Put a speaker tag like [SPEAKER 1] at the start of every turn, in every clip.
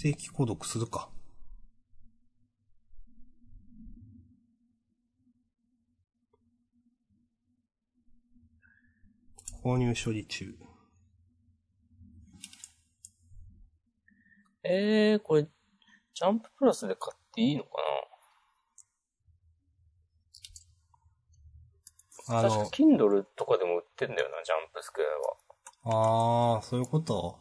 [SPEAKER 1] 定期購読するか。購入処理中。
[SPEAKER 2] えー、これ、ジャンププラスで買っていいのか
[SPEAKER 1] あ
[SPEAKER 2] な確
[SPEAKER 1] の
[SPEAKER 2] か、Kindle とかでも売ってんだよな、ジャンプスクエアは。
[SPEAKER 1] あー、そういうこと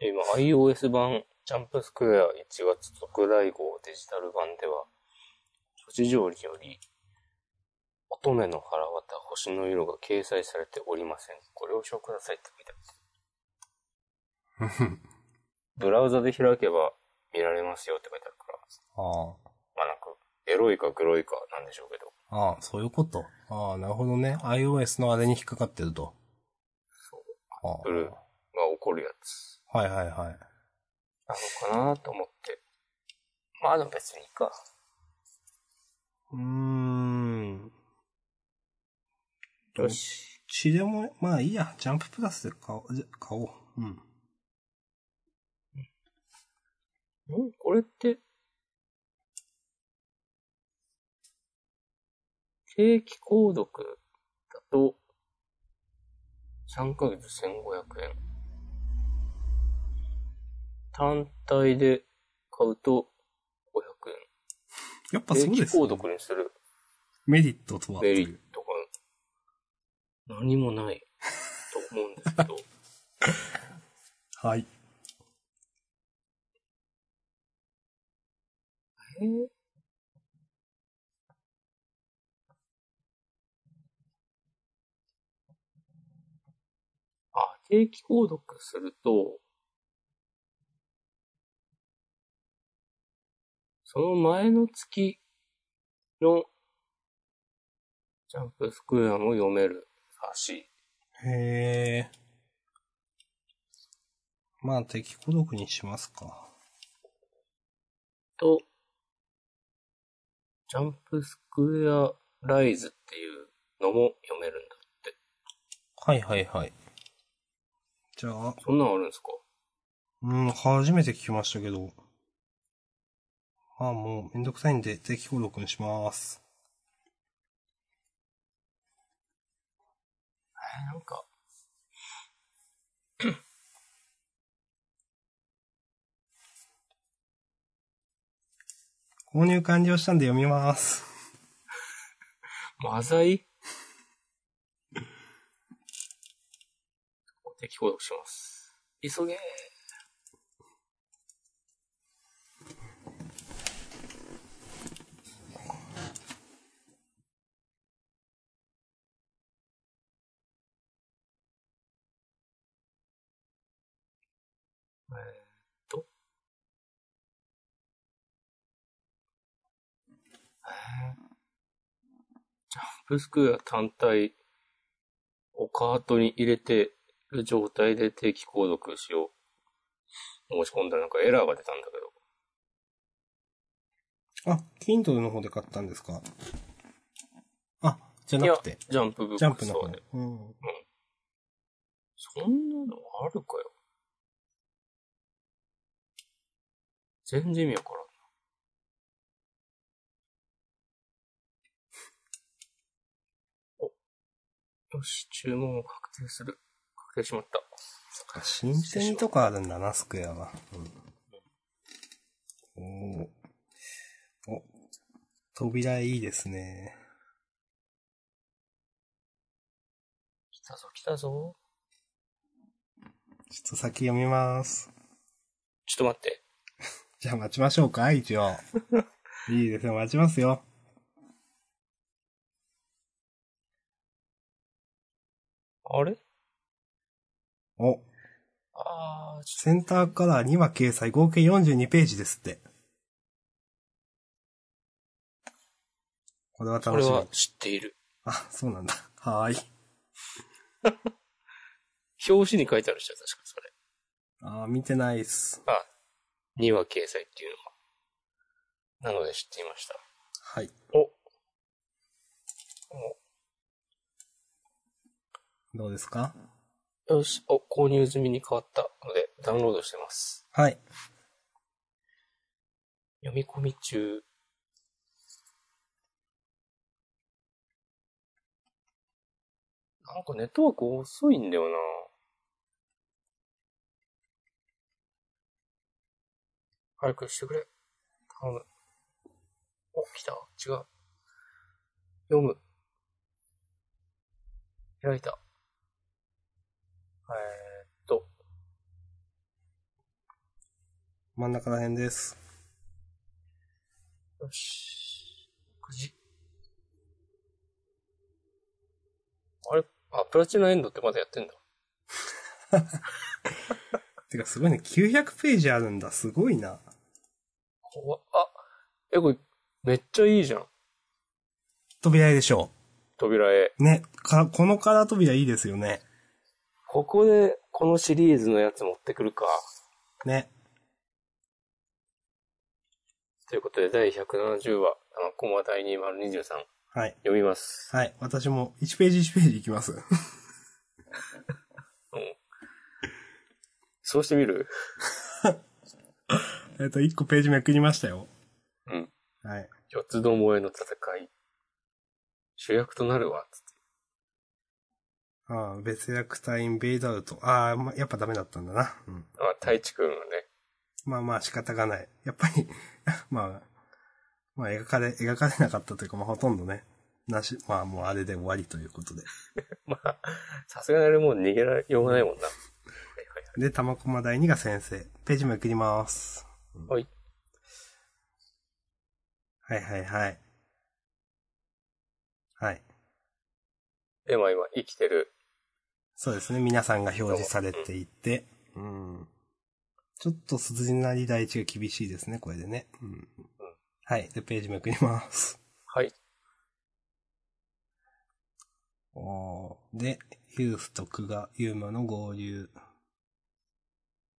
[SPEAKER 2] で、今 iOS 版、ジャンプスクエア1月特大号デジタル版では、諸事情により、乙女の腹渡星の色が掲載されておりません。ご了承くださいって書いてある。ブラウザで開けば見られますよって書いてあるから。
[SPEAKER 1] あ
[SPEAKER 2] まあなんか、エロいかグロいかなんでしょうけど。
[SPEAKER 1] ー、あー、そういうことあー、なるほどね。iOS のあれに引っかかってると。
[SPEAKER 2] そう。
[SPEAKER 1] あ
[SPEAKER 2] ブルー
[SPEAKER 1] ー
[SPEAKER 2] が起こるやつ。
[SPEAKER 1] はいはいはい。
[SPEAKER 2] なのかなと思って。まあでも別にいいか。
[SPEAKER 1] うーん。
[SPEAKER 2] よし。
[SPEAKER 1] ちでも、まあいいや。ジャンププラスで買おう。じゃ買おう。うん。
[SPEAKER 2] んこれって、定期購読だと、3ヶ月1500円。単体で買うと500円。
[SPEAKER 1] やっぱそう
[SPEAKER 2] 定期
[SPEAKER 1] ですね、
[SPEAKER 2] 購読にする
[SPEAKER 1] メリットとはと
[SPEAKER 2] メ
[SPEAKER 1] い
[SPEAKER 2] リ
[SPEAKER 1] う
[SPEAKER 2] ットが何もないと思うんですけど。
[SPEAKER 1] はい。
[SPEAKER 2] えーあ、定期購読すると、その前の月のジャンプスクエアも読めるらしい。
[SPEAKER 1] へえ。まあ、敵孤独にしますか。
[SPEAKER 2] と、ジャンプスクエアライズっていうのも読めるんだって。
[SPEAKER 1] はいはいはい。じゃあ、
[SPEAKER 2] そんなんあるんですか
[SPEAKER 1] うん、初めて聞きましたけど。まあもう、めんどくさいんで、敵孤独にします。
[SPEAKER 2] なんか、
[SPEAKER 1] 購入完了したんで読みます。
[SPEAKER 2] マザイ敵購読します。急げー。えーっと。えージャンプスクエア単体をカートに入れてる状態で定期購読しよう。申し込んだらなんかエラーが出たんだけど。
[SPEAKER 1] あ、Kindle の方で買ったんですかあ、じゃなくて、
[SPEAKER 2] ジャンプブ
[SPEAKER 1] ジャ
[SPEAKER 2] ッ
[SPEAKER 1] ン
[SPEAKER 2] ク
[SPEAKER 1] プ
[SPEAKER 2] ス
[SPEAKER 1] の
[SPEAKER 2] ト
[SPEAKER 1] 方
[SPEAKER 2] アで。。
[SPEAKER 1] うん。
[SPEAKER 2] そんなのあるかよ。全然意味わからん。お。よし、注文を確定する。確定しまった。
[SPEAKER 1] あ新鮮とかあるんだな、スクエアは。うん。おーお、扉いいですね。
[SPEAKER 2] 来たぞ、来たぞ。
[SPEAKER 1] ちょっと先読みます。
[SPEAKER 2] ちょっと待って。
[SPEAKER 1] じゃあ待ちましょうか、一 応。いいですね、待ちますよ。
[SPEAKER 2] あれ
[SPEAKER 1] お、
[SPEAKER 2] あー、ち
[SPEAKER 1] センターカラー2話掲載、合計42ページですって。これは
[SPEAKER 2] ょっとこ
[SPEAKER 1] 楽
[SPEAKER 2] れ
[SPEAKER 1] し
[SPEAKER 2] は
[SPEAKER 1] み。
[SPEAKER 2] 知っている。
[SPEAKER 1] あ、そうなんだ。はーい。
[SPEAKER 2] 表紙に書いてある人は確かそれ。
[SPEAKER 1] あー、見てないっす。
[SPEAKER 2] あ、2話掲載っていうのが。なので知っていました。
[SPEAKER 1] はい。
[SPEAKER 2] お。お。
[SPEAKER 1] どうですか
[SPEAKER 2] よし、お、購入済みに変わったので、ダウンロードしてます。
[SPEAKER 1] はい。
[SPEAKER 2] 読み込み中。なんかネットワーク遅いんだよな。早くしてくれ。頼む。お、来た。違う。読む。開いた。えーっと、
[SPEAKER 1] 真ん中ら辺です。
[SPEAKER 2] よし。9時。あれあ、プラチナエンドってまだやってんだ。
[SPEAKER 1] てか、すごいね。900ページあるんだ。すごいな。
[SPEAKER 2] 怖っあ、え、これ、めっちゃいいじゃん。
[SPEAKER 1] 扉絵でしょ
[SPEAKER 2] 扉絵。
[SPEAKER 1] う。ね。か、このカラー扉いいですよね。
[SPEAKER 2] ここで、このシリーズのやつ持ってくるか。
[SPEAKER 1] ね。
[SPEAKER 2] ということで、第170話、あコマ第2023、読
[SPEAKER 1] はい。
[SPEAKER 2] みます。
[SPEAKER 1] はい。私も1ページ1ページいきます。
[SPEAKER 2] そうしてみる
[SPEAKER 1] えっと、1個ページめくりましたよ。
[SPEAKER 2] うん。
[SPEAKER 1] はい。
[SPEAKER 2] 四つどもえの戦い。主役となるわ、つって。
[SPEAKER 1] ああ、別役隊員ベイダウト。ああ、ま、やっぱダメだったんだな。うん。
[SPEAKER 2] あ、太一くんはね、
[SPEAKER 1] まあまあ仕方がない。やっぱり、 まあ、まあ描かれ、描かれなかったというか、まあほとんどね、なし、まあもうあれで終わりということで。
[SPEAKER 2] まあ、さすがにあれもう逃げられようがないもんな。はいはいはい。
[SPEAKER 1] で、玉駒第2が先生。ページめくります。
[SPEAKER 2] はい。
[SPEAKER 1] はいはいはい。はい。
[SPEAKER 2] で、まあ今、生きてる。
[SPEAKER 1] そうですね。皆さんが表示されていて。うん。ちょっと鈴なり第一が厳しいですね、これでね。うん。はい。で、ページめくります。
[SPEAKER 2] はい。
[SPEAKER 1] おーで、ヒュースとクガ、ユーマの合流。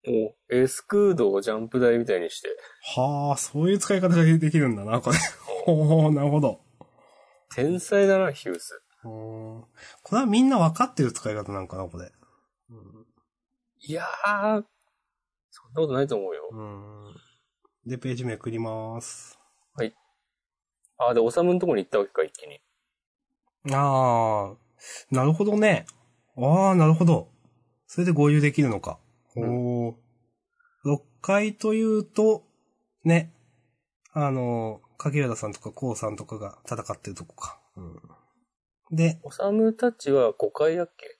[SPEAKER 2] おエスクードをジャンプ台みたいにして、
[SPEAKER 1] はあ、そういう使い方ができるんだな、これ。ほう、なるほど。
[SPEAKER 2] 天才だな、ヒュース。
[SPEAKER 1] これはみんな分かってる使い方なんかな、これ。
[SPEAKER 2] いやー、そんなことないと思うよ。
[SPEAKER 1] うん。で、ページめくります。
[SPEAKER 2] あー、で、おさむのとこに行ったわけか、一気に。
[SPEAKER 1] ああ、なるほどね。ああ、なるほど。それで合流できるのか。
[SPEAKER 2] う
[SPEAKER 1] ほう。6階というと、ね。あの、影浦さんとかこうさんとかが戦ってるとこか。うん。で、
[SPEAKER 2] おさむたちは5階だっけ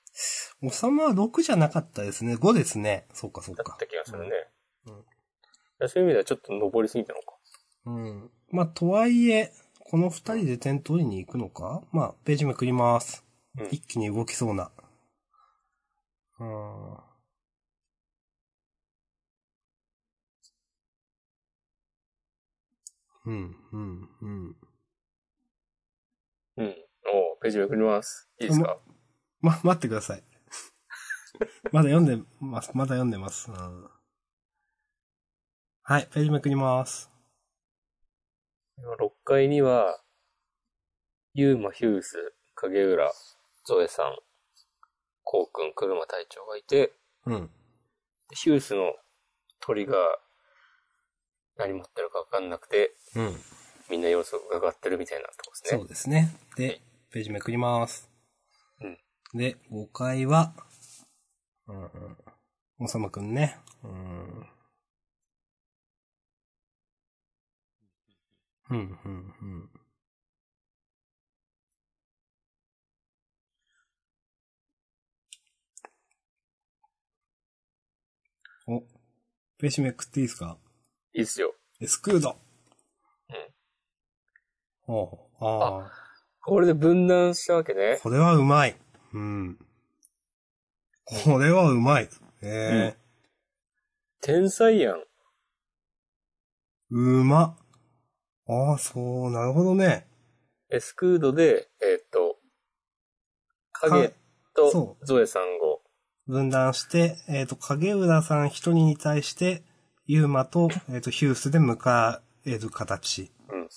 [SPEAKER 1] おさまは6じゃなかったですね。5ですね。そうか、そう
[SPEAKER 2] だ
[SPEAKER 1] か
[SPEAKER 2] っ。た気がするね。
[SPEAKER 1] うんうん
[SPEAKER 2] うん、そういう意味ではちょっと登りすぎたのか。
[SPEAKER 1] うん。まあ、とはいえ、この二人で点取りに行くのかまあ、ページめくります。
[SPEAKER 2] うん
[SPEAKER 1] 一気に動きそうな。うん。うん、うん、うん。
[SPEAKER 2] うん。おーページめくります。いいですか
[SPEAKER 1] ま、待ってください。 まだ読んでます。まだ読んでます。うんはい、ページめくります。
[SPEAKER 2] 今6階には、ユーマ・ヒュース、影浦、ゾエさん、コウくん、車隊長がいて、
[SPEAKER 1] うん。
[SPEAKER 2] でヒュースの鳥が何持ってるかわかんなくて、
[SPEAKER 1] うん。
[SPEAKER 2] みんな様子を伺ってるみたいなとこです
[SPEAKER 1] そ
[SPEAKER 2] ね
[SPEAKER 1] う。ですね。
[SPEAKER 2] は
[SPEAKER 1] で
[SPEAKER 2] い、
[SPEAKER 1] ページめくります。
[SPEAKER 2] うん
[SPEAKER 1] で、5階は、うんうん。おさまくんね。うん。うん、うん、うん。お、ページめくっていいですか
[SPEAKER 2] いいっすよ。
[SPEAKER 1] エスクード。
[SPEAKER 2] うん
[SPEAKER 1] おう。ああ。
[SPEAKER 2] これで分断したわけね。
[SPEAKER 1] これはうまい。うん。これはうまい。ええ
[SPEAKER 2] 天才やん。
[SPEAKER 1] うま。ああ、そう、なるほどね。
[SPEAKER 2] エスクードで、えーっと、影
[SPEAKER 1] かそ
[SPEAKER 2] とゾエさんを、
[SPEAKER 1] 分断して、えっ、と、影浦さん一人に対して、ユーマと、えっ、と、ヒュースで迎える形。
[SPEAKER 2] うん。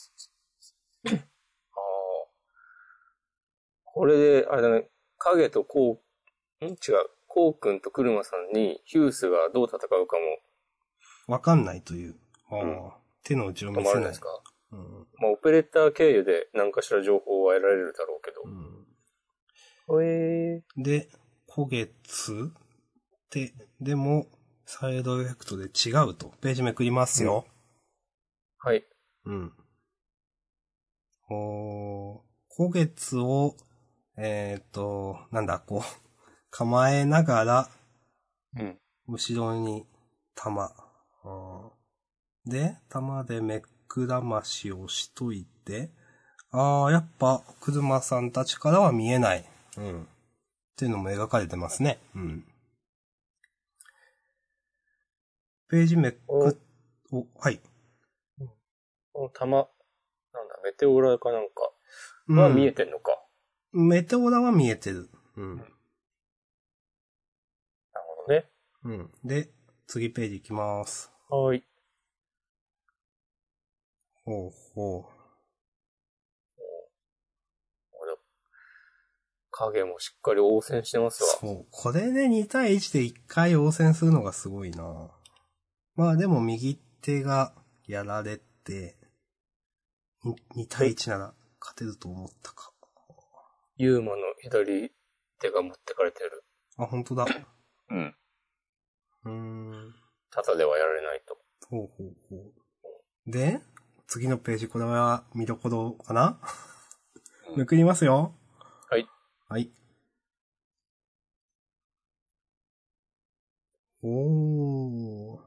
[SPEAKER 2] ああ。これで、あれだね、影とこうん違う。こうくんとくるまさんにヒュースがどう戦うかも
[SPEAKER 1] わかんないという。ああ
[SPEAKER 2] うん
[SPEAKER 1] 手の内を見
[SPEAKER 2] 止ま
[SPEAKER 1] せ
[SPEAKER 2] らない
[SPEAKER 1] ない
[SPEAKER 2] です。か
[SPEAKER 1] うん
[SPEAKER 2] まあ、オペレーター経由で何かしら情報は得られるだろうけど。
[SPEAKER 1] うん
[SPEAKER 2] へえ
[SPEAKER 1] で、焦げつって、でも、サイドエフェクトで違うと。ページめくりますよ。
[SPEAKER 2] はい。
[SPEAKER 1] うん。おー、古月を、えっ、と、なんだ、こう、 構えながら、
[SPEAKER 2] うん。
[SPEAKER 1] 後ろに玉。うんで、玉で目くらましをしといて、あー、やっぱ、車さんたちからは見えない。うん。っていうのも描かれてますね。うん。ページめく、
[SPEAKER 2] お
[SPEAKER 1] お、はい。
[SPEAKER 2] この玉、なんだ、メテオラかなんか
[SPEAKER 1] うん
[SPEAKER 2] は見えてんのか。
[SPEAKER 1] メテオラは見えてる。うん。
[SPEAKER 2] なるほどね。
[SPEAKER 1] うん。で、次ページ行きます。
[SPEAKER 2] はい。
[SPEAKER 1] ほうほ
[SPEAKER 2] これ影もしっかり応戦してま
[SPEAKER 1] う。
[SPEAKER 2] すわ。
[SPEAKER 1] そう。これで2対1で1回応戦するのがすごいなまあでも右手がやられて、2対1なら勝てると思ったか。
[SPEAKER 2] ユーマの左手が持ってかれてる。
[SPEAKER 1] あ、本当だ。
[SPEAKER 2] うん。
[SPEAKER 1] うーん。
[SPEAKER 2] ただではやられないと。
[SPEAKER 1] ほうほうほう。で、次のページ、これは見どころかな、
[SPEAKER 2] うん
[SPEAKER 1] めくりますよ。
[SPEAKER 2] はい。
[SPEAKER 1] はい。おー。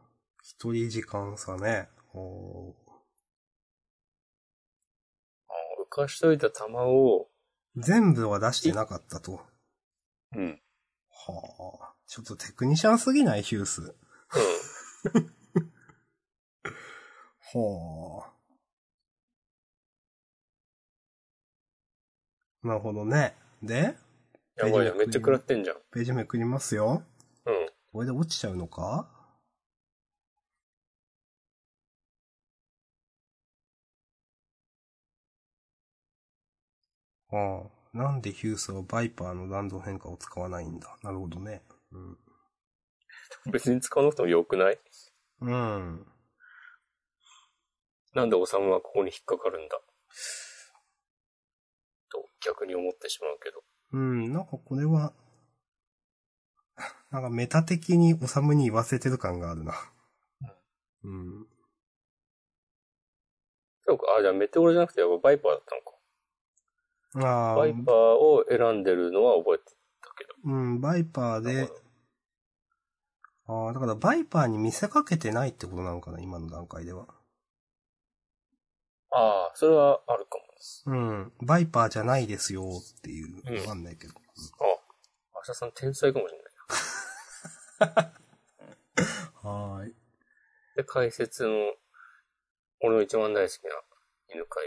[SPEAKER 1] 一人時間差ね。お
[SPEAKER 2] あー浮かしといた玉を、
[SPEAKER 1] ー。全部は出してなかったと。は
[SPEAKER 2] うん。うん。
[SPEAKER 1] あ。ちょっとテクニシャンすぎない、ヒュース。はあ。なるほどね。で、
[SPEAKER 2] やばいじゃん。めっちゃ食らってんじゃん。
[SPEAKER 1] ページめくりますよ。
[SPEAKER 2] うん。
[SPEAKER 1] これで落ちちゃうのかああ、なんでヒュースはバイパーの弾道変化を使わないんだ。なるほどね。うん。
[SPEAKER 2] 別に使わなくてもよくない
[SPEAKER 1] うん。
[SPEAKER 2] なんでオサムはここに引っかかるんだと逆に思ってしまうけど。
[SPEAKER 1] うん、なんかこれは、 なんかメタ的におさむに言わせてる感があるな。うん。
[SPEAKER 2] そうか、あ、じゃあメテオラじゃなくてやっぱバイパーだったのか。
[SPEAKER 1] あ
[SPEAKER 2] バイパーを選んでるのは覚えてたけど。
[SPEAKER 1] あ、うん、バイパー
[SPEAKER 2] なる
[SPEAKER 1] で
[SPEAKER 2] ほ、ど
[SPEAKER 1] ああ、だからバイパーに見せかけてないってことなのかな、今の段階では。
[SPEAKER 2] ああ、それはあるかもです。
[SPEAKER 1] うん。バイパーじゃないですよっていう
[SPEAKER 2] うん。
[SPEAKER 1] わかんないけど。
[SPEAKER 2] 明日さん天才かもしれない。
[SPEAKER 1] はーい。
[SPEAKER 2] で、解説の、俺の一番大好きな犬飼は、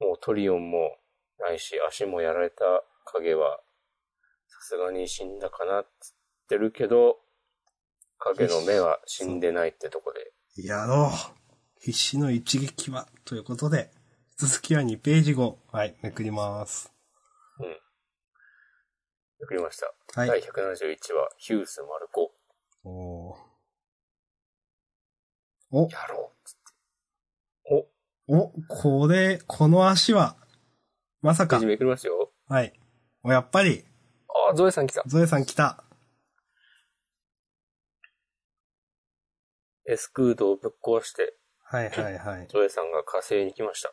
[SPEAKER 2] もうトリオンもないし、足もやられた影は、さすがに死んだかなって言ってるけど、影の目は死んでないってとこで、
[SPEAKER 1] やろう。必死の一撃は、ということで、続きは2ページ後。はい、めくります。
[SPEAKER 2] めくりました。
[SPEAKER 1] はい。
[SPEAKER 2] 第171話、ヒュース丸子、
[SPEAKER 1] おーお、
[SPEAKER 2] やろうっつって。お、
[SPEAKER 1] お、これ、この足は、まさ
[SPEAKER 2] ペ
[SPEAKER 1] か
[SPEAKER 2] ージ。めくりますよ。
[SPEAKER 1] はい。お、やっぱり、
[SPEAKER 2] ああ、ゾエさん来た。
[SPEAKER 1] ゾエさん来た。
[SPEAKER 2] エスクードをぶっ壊して、
[SPEAKER 1] はいはい はい。
[SPEAKER 2] ゾエさんが火星に来ました。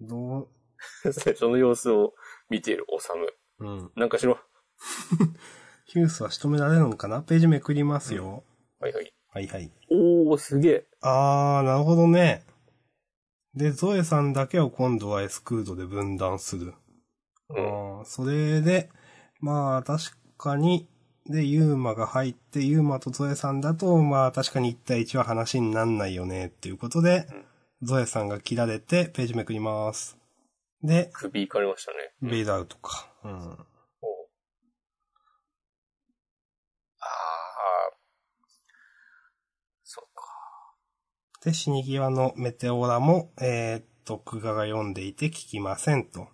[SPEAKER 1] ど
[SPEAKER 2] その様子を見ているオサム。
[SPEAKER 1] う、うん。
[SPEAKER 2] なんかしろ。
[SPEAKER 1] ヒュースは仕留められるのかなページめくりますよ。
[SPEAKER 2] はいはい。
[SPEAKER 1] はいはい。
[SPEAKER 2] おー、すげえ。
[SPEAKER 1] あー、なるほどね。で、ゾエさんだけを今度はエスクードで分断する。
[SPEAKER 2] うん。
[SPEAKER 1] あーそれで、まあ確かに、で、ユーマが入って、ユーマとゾエさんだと、まあ確かに1対1は話になんないよね、っていうことで、ゾエさんが切られて、ページめくります。で、
[SPEAKER 2] 首いかれましたね。
[SPEAKER 1] ベイドアウトか。うん。
[SPEAKER 2] おーあー、そうか。
[SPEAKER 1] で、死に際のメテオラも、えーっと、クガが読んでいて聞きませんと。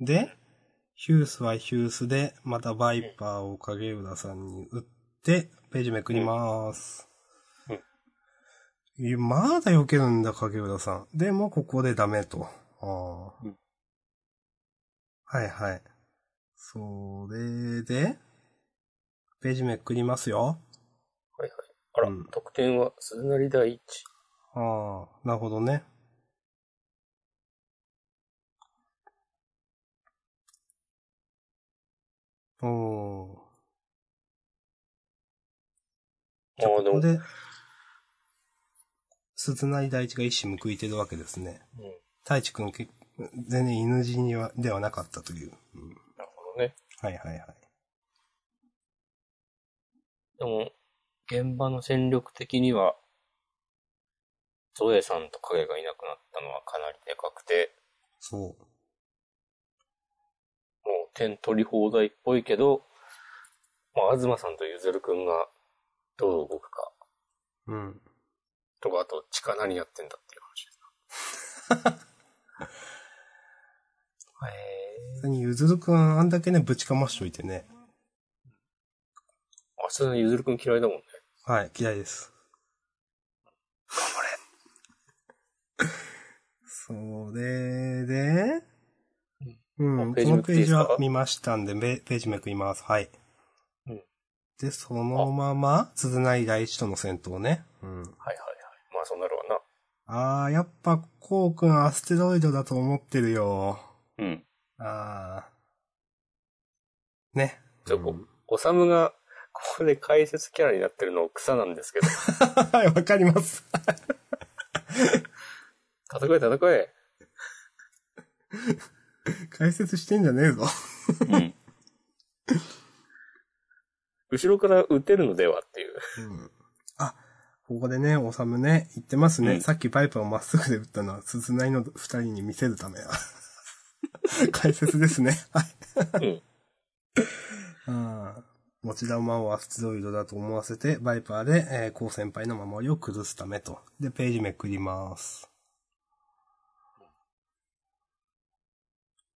[SPEAKER 1] で、ヒュースはヒュースで、またバイパーを影浦さんに打って、ページめくりまーす。
[SPEAKER 2] うん
[SPEAKER 1] いやまだ避けるんだ、影浦さん。でも、ここでダメと。ああ、
[SPEAKER 2] うん
[SPEAKER 1] はいはい。それで、ページめくりますよ。
[SPEAKER 2] はいはい。あら、
[SPEAKER 1] うん
[SPEAKER 2] 得点は鈴なり第一。
[SPEAKER 1] ああ、なるほどね。おお。
[SPEAKER 2] ああ、で
[SPEAKER 1] こ
[SPEAKER 2] も、
[SPEAKER 1] こ
[SPEAKER 2] うん。
[SPEAKER 1] で、鈴内大地が一矢報いてるわけですね。大地くんけ、全然犬死には、ではなかったという。うん
[SPEAKER 2] なるほどね。
[SPEAKER 1] はいはいはい。
[SPEAKER 2] でも、現場の戦力的には、ゾエさんと影がいなくなったのはかなりでかくて、
[SPEAKER 1] そう。
[SPEAKER 2] もう点取り放題っぽいけど、まあ、東さんとゆずるくんがどう動くか
[SPEAKER 1] うん。
[SPEAKER 2] とか、あと、地下何やってんだっていう話です な。へえ
[SPEAKER 1] 何、ゆずるくん、あんだけね、ぶちかましといてね。
[SPEAKER 2] ー。あ、それゆずるくん嫌いだもんね。
[SPEAKER 1] はい、嫌いです。頑張れ。それで、うん、
[SPEAKER 2] もう
[SPEAKER 1] こ
[SPEAKER 2] ページ
[SPEAKER 1] の
[SPEAKER 2] めく
[SPEAKER 1] ペ
[SPEAKER 2] って
[SPEAKER 1] ー
[SPEAKER 2] いいです
[SPEAKER 1] ジ
[SPEAKER 2] か
[SPEAKER 1] は見ましたんで、ペページめくります。はい。
[SPEAKER 2] うん
[SPEAKER 1] で、そのまま、鈴内大地との戦闘ね。うん。
[SPEAKER 2] はいはいはい。まあ、そうなるわな。
[SPEAKER 1] あー、やっぱ、こうくんアステロイドだと思ってるよ。
[SPEAKER 2] うん。
[SPEAKER 1] あー。ね。
[SPEAKER 2] そこ、おさむが、ここで解説キャラになってるの草なんですけど、
[SPEAKER 1] はい、 わかります。
[SPEAKER 2] 戦え戦え。
[SPEAKER 1] 解説してんじゃねえぞ。
[SPEAKER 2] うん。後ろから撃てるのではっていう。
[SPEAKER 1] うんあ、ここでね、おさむね、言ってますね。
[SPEAKER 2] うん
[SPEAKER 1] さっきパイプをまっすぐで打ったのは、鈴内の二人に見せるためだ。 解説ですね。はい。
[SPEAKER 2] うん。
[SPEAKER 1] あ持ち玉をアステロイドだと思わせて、バイパーで、えー、高先輩の守りを崩すためと。で、ページめくります。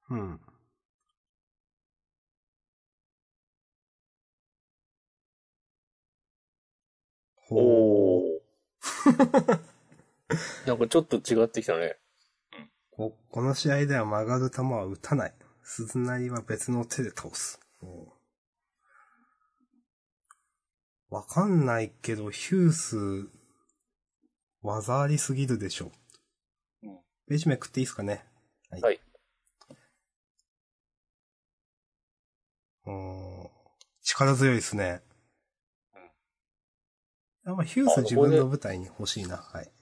[SPEAKER 1] うん。ほう。
[SPEAKER 2] おー。なんかちょっと違ってきたね。
[SPEAKER 1] ここの試合では曲がる球は打たない。鈴内は別の手で倒す。おうわかんないけど、ヒュース、技ありすぎるでしょ。
[SPEAKER 2] うん
[SPEAKER 1] ページめくっていいですかね。はい
[SPEAKER 2] はい
[SPEAKER 1] お力強いですね。やっぱヒュー
[SPEAKER 2] あ
[SPEAKER 1] ス
[SPEAKER 2] ここ
[SPEAKER 1] 自
[SPEAKER 2] で
[SPEAKER 1] 分の舞台に欲しいな。はい。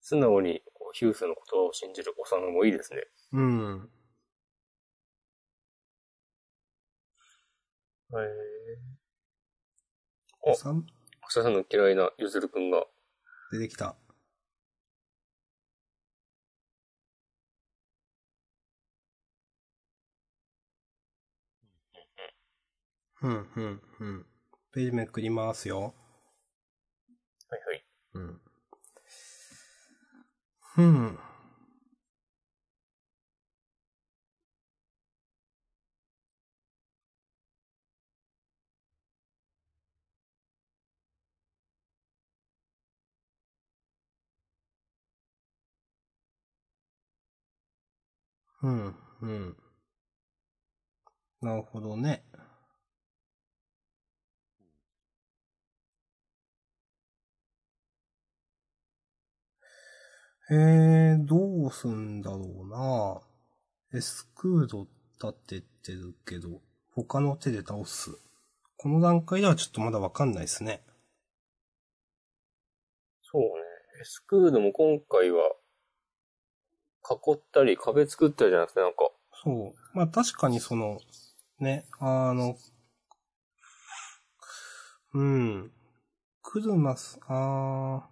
[SPEAKER 2] 素直にこうヒュースの言葉を信じる幼もいいですね。
[SPEAKER 1] うん。
[SPEAKER 2] へえ。お
[SPEAKER 1] さん
[SPEAKER 2] 草さんの嫌いなゆずるくんが、
[SPEAKER 1] 出てきた。うん、うん、うん。ページめくりますよ。
[SPEAKER 2] はいはい。
[SPEAKER 1] うん。うん。うん、うん。なるほどね。えー、どうすんだろうなエスクード立ててるけど、他の手で倒す。この段階ではちょっとまだわかんないですね。
[SPEAKER 2] そうね。エスクードも今回は、囲ったり壁作ったりじゃなくてなんか、
[SPEAKER 1] そう。まあ確かにその、ね、あの、うん。クルマス、あ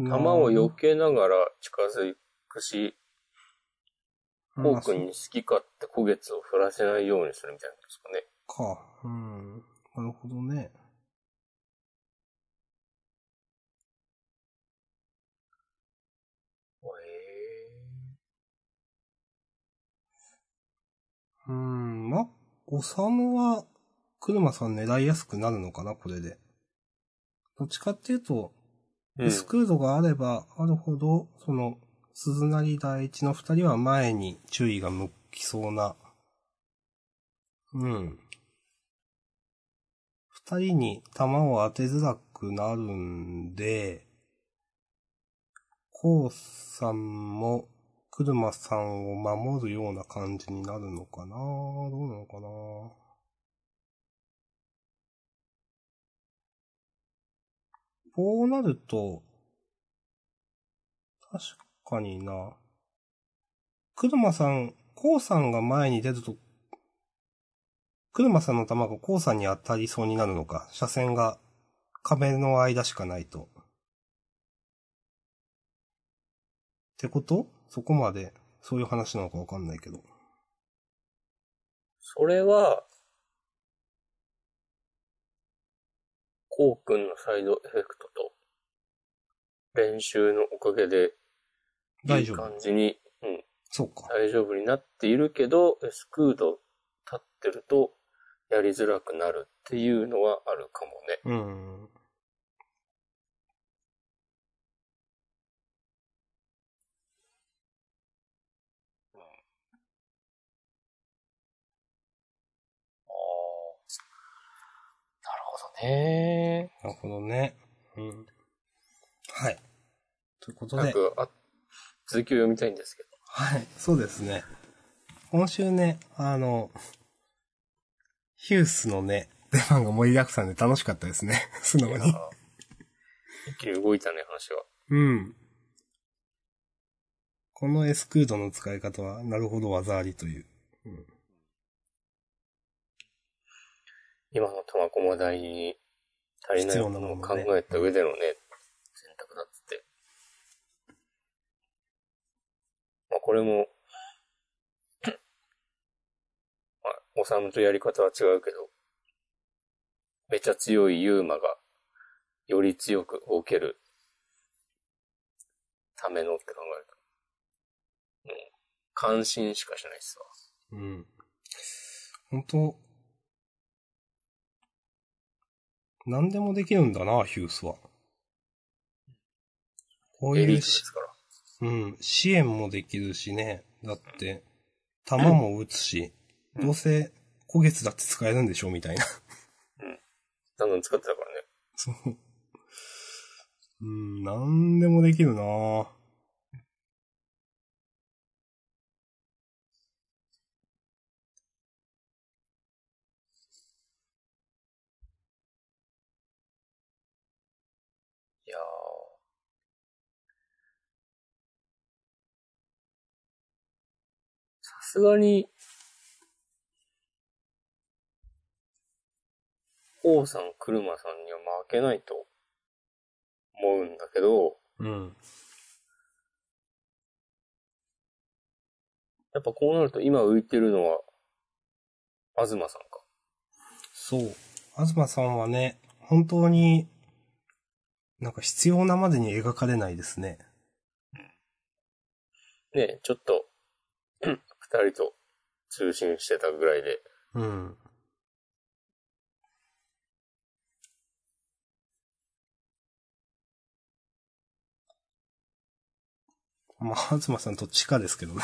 [SPEAKER 1] ー。
[SPEAKER 2] 弾を避けながら近づくし、
[SPEAKER 1] く
[SPEAKER 2] コウ君に好き勝手焦げつを振らせないようにするみたいなんですかね。
[SPEAKER 1] か。うん。なるほどね。
[SPEAKER 2] へえ。
[SPEAKER 1] おさむは、車さん狙いやすくなるのかな、これで。どっちかっていうと、
[SPEAKER 2] うん。
[SPEAKER 1] スクードがあればあるほど、その、鈴なり第一の二人は前に注意が向きそうな。うん。二人に弾を当てづらくなるんで、コウさんも、車さんを守るような感じになるのかなどうなのかなこうなると、確かにな。車さん、コウさんが前に出ると、車さんの弾がコウさんに当たりそうになるのか。車線が壁の間しかないと。ってことそこまで、そういう話なのかわかんないけど。
[SPEAKER 2] それは、こうくんのサイドエフェクトと、練習のおかげで、い
[SPEAKER 1] 大
[SPEAKER 2] い
[SPEAKER 1] 丈夫
[SPEAKER 2] 感。じに、うん、
[SPEAKER 1] そうか。
[SPEAKER 2] 大丈夫になっているけど、スクード立ってると、やりづらくなるっていうのはあるかもね。
[SPEAKER 1] うん。
[SPEAKER 2] なるほどね。
[SPEAKER 1] なるほどね。うん。はい。ということで。
[SPEAKER 2] なんか、あ、続きを読みたいんですけど。
[SPEAKER 1] はい、そうですね。今週ね、あの、ヒュースのね、出番が盛りだくさんで楽しかったですね。 素直
[SPEAKER 2] い
[SPEAKER 1] に
[SPEAKER 2] や。ー一気に動いたね、話は。
[SPEAKER 1] うん。このエスクードの使い方は、なるほど技ありという。
[SPEAKER 2] 今の苫小牧大に足りないものを考えた上でのね、選択だっつって。まあこれも、まあ、おさむとやり方は違うけど、めちゃ強いユーマが、より強く動ける、ためのって考えると。うん。感心しかしないっすわ。
[SPEAKER 1] うん。本当何でもできるんだな、ヒュースは。こう
[SPEAKER 2] エ
[SPEAKER 1] い
[SPEAKER 2] リー
[SPEAKER 1] う
[SPEAKER 2] トですから。
[SPEAKER 1] うん、支援もできるしね。だって、弾も撃つし、
[SPEAKER 2] うん
[SPEAKER 1] どうせ、古月だって使えるんでしょみたいな。
[SPEAKER 2] どんどん使ってたからね。
[SPEAKER 1] そう。うん、なんでもできるなぁ。
[SPEAKER 2] いやーさすがに、王さん、車さんには負けないと思うんだけど、
[SPEAKER 1] うん。
[SPEAKER 2] やっぱこうなると今浮いてるのは、東さんか。
[SPEAKER 1] そう。東さんはね、本当に、なんか必要なまでに描かれないですね。
[SPEAKER 2] ねえちょっと、 二人と通信してたぐらいで、
[SPEAKER 1] うん。まあ、東さんと地下ですけどね。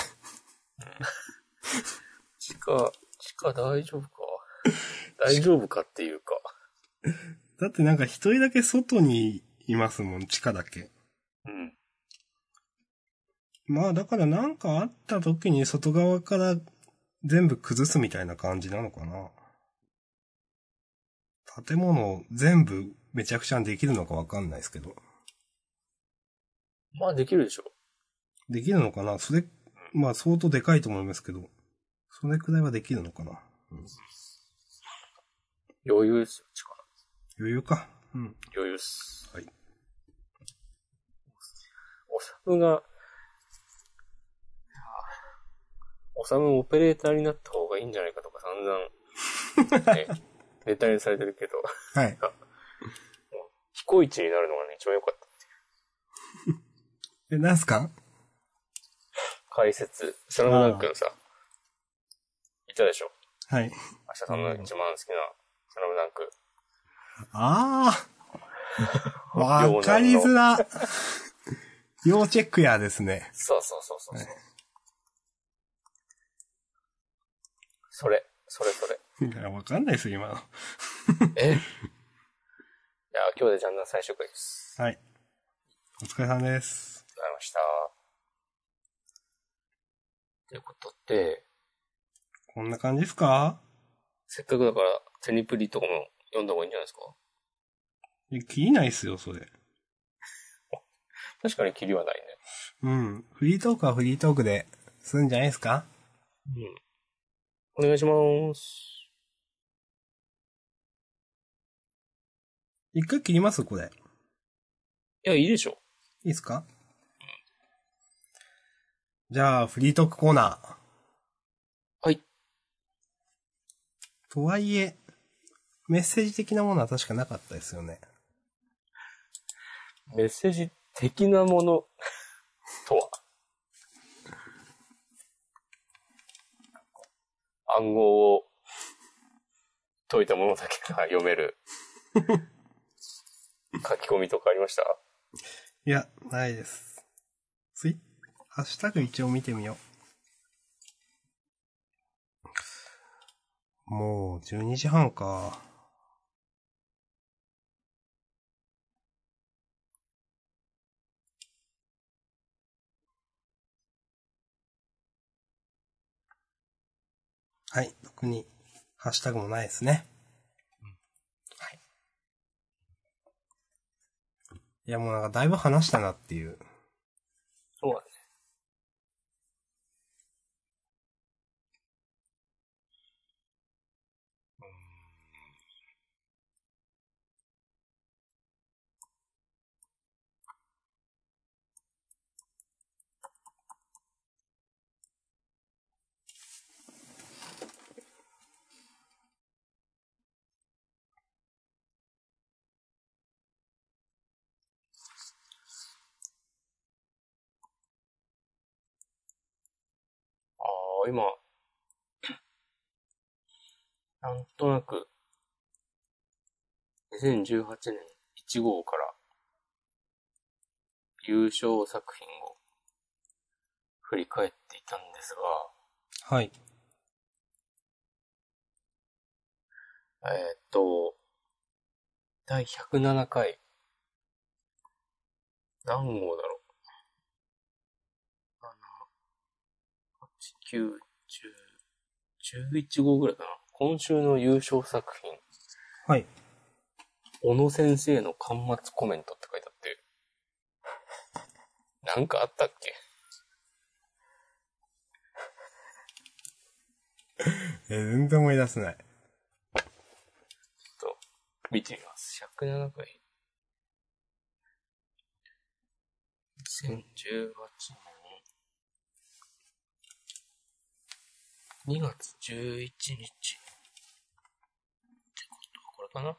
[SPEAKER 2] 地下、地下大丈夫か大丈夫かっていうか。
[SPEAKER 1] だってなんか一人だけ外にいますもん、地下だけ。
[SPEAKER 2] うん。
[SPEAKER 1] まあだからなんかあった時に外側から全部崩すみたいな感じなのかな。建物を全部めちゃくちゃにできるのかわかんないですけど。
[SPEAKER 2] まあできるでしょ。
[SPEAKER 1] できるのかなそれ、まあ相当でかいと思いますけど、それくらいはできるのかな
[SPEAKER 2] 余裕ですよ、力。
[SPEAKER 1] 余裕か。うん。
[SPEAKER 2] 余裕っす。
[SPEAKER 1] はい。
[SPEAKER 2] おさむが、いやおさむオペレーターになった方がいいんじゃないかとか散々、 ね、ネタにされてるけど、
[SPEAKER 1] はい。
[SPEAKER 2] 飛行位置になるのがね、一番良かった。
[SPEAKER 1] え、なんすか
[SPEAKER 2] 解説、スラムダンクのさ、いたでしょ。
[SPEAKER 1] はい。
[SPEAKER 2] 明日さんの一番好きな、スラムダンク。
[SPEAKER 1] ああわかりづら。要チェックやですね。
[SPEAKER 2] そうそうそうそうそう。
[SPEAKER 1] は
[SPEAKER 2] それ、それそれ。
[SPEAKER 1] いや、わかんないです、今の。
[SPEAKER 2] え いや、今日でジャンダン最終回です。
[SPEAKER 1] はい。お疲れ様です。
[SPEAKER 2] ありがとうございました。ということで、
[SPEAKER 1] こんな感じですか
[SPEAKER 2] せっかくだから、テニプリとかも読んだ方がいいんじゃないですか
[SPEAKER 1] いや切りないっすよ、それ。
[SPEAKER 2] 確かにキリはない
[SPEAKER 1] うん。フリートークはフリートークで、すんじゃないですか
[SPEAKER 2] ね。うん。お願いします。
[SPEAKER 1] 一回切りますこれ。
[SPEAKER 2] いや、いいでしょ。
[SPEAKER 1] いいっすかじゃあ、フリートークコーナー。
[SPEAKER 2] はい。
[SPEAKER 1] とはいえ、メッセージ的なものは確かなかったですよね。
[SPEAKER 2] メッセージ的なものとは暗号を解いたものだけが読め る書き込みとかありました
[SPEAKER 1] いや、ないです。ツイハッシュタグ一応見てみよう。もう、12時半か。はい、特に、ハッシュタグもないですね。はい。いや、もうなんかだいぶ話したなっていう。
[SPEAKER 2] そうだね。ああ、今、なんとなく、2018年1号から、優勝作品を振り返っていたんです
[SPEAKER 1] はい。
[SPEAKER 2] が、えーっと、第107回、何号だろう ?7、8、9、10、11号ぐらいかな。今週の優勝作品、
[SPEAKER 1] はい。
[SPEAKER 2] 小野先生の端末コメントって書いてあって。なんかあったっけ
[SPEAKER 1] えー、全然思い出せない。
[SPEAKER 2] ちょっと、見てみます。107回。2018年2月11日。ってことはこれかな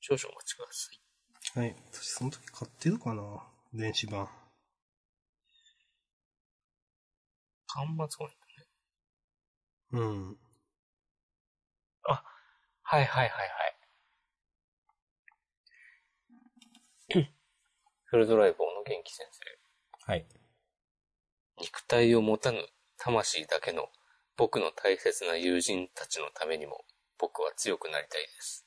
[SPEAKER 2] 少々お待ちください。
[SPEAKER 1] はい。私、その時買ってるかな電子版。
[SPEAKER 2] 端末コメント
[SPEAKER 1] う
[SPEAKER 2] ね。
[SPEAKER 1] ん。
[SPEAKER 2] はいはいはいはい。フルドライブの元気先生。
[SPEAKER 1] はい。
[SPEAKER 2] 肉体を持たぬ魂だけの僕の大切な友人たちのためにも僕は強くなりたいです。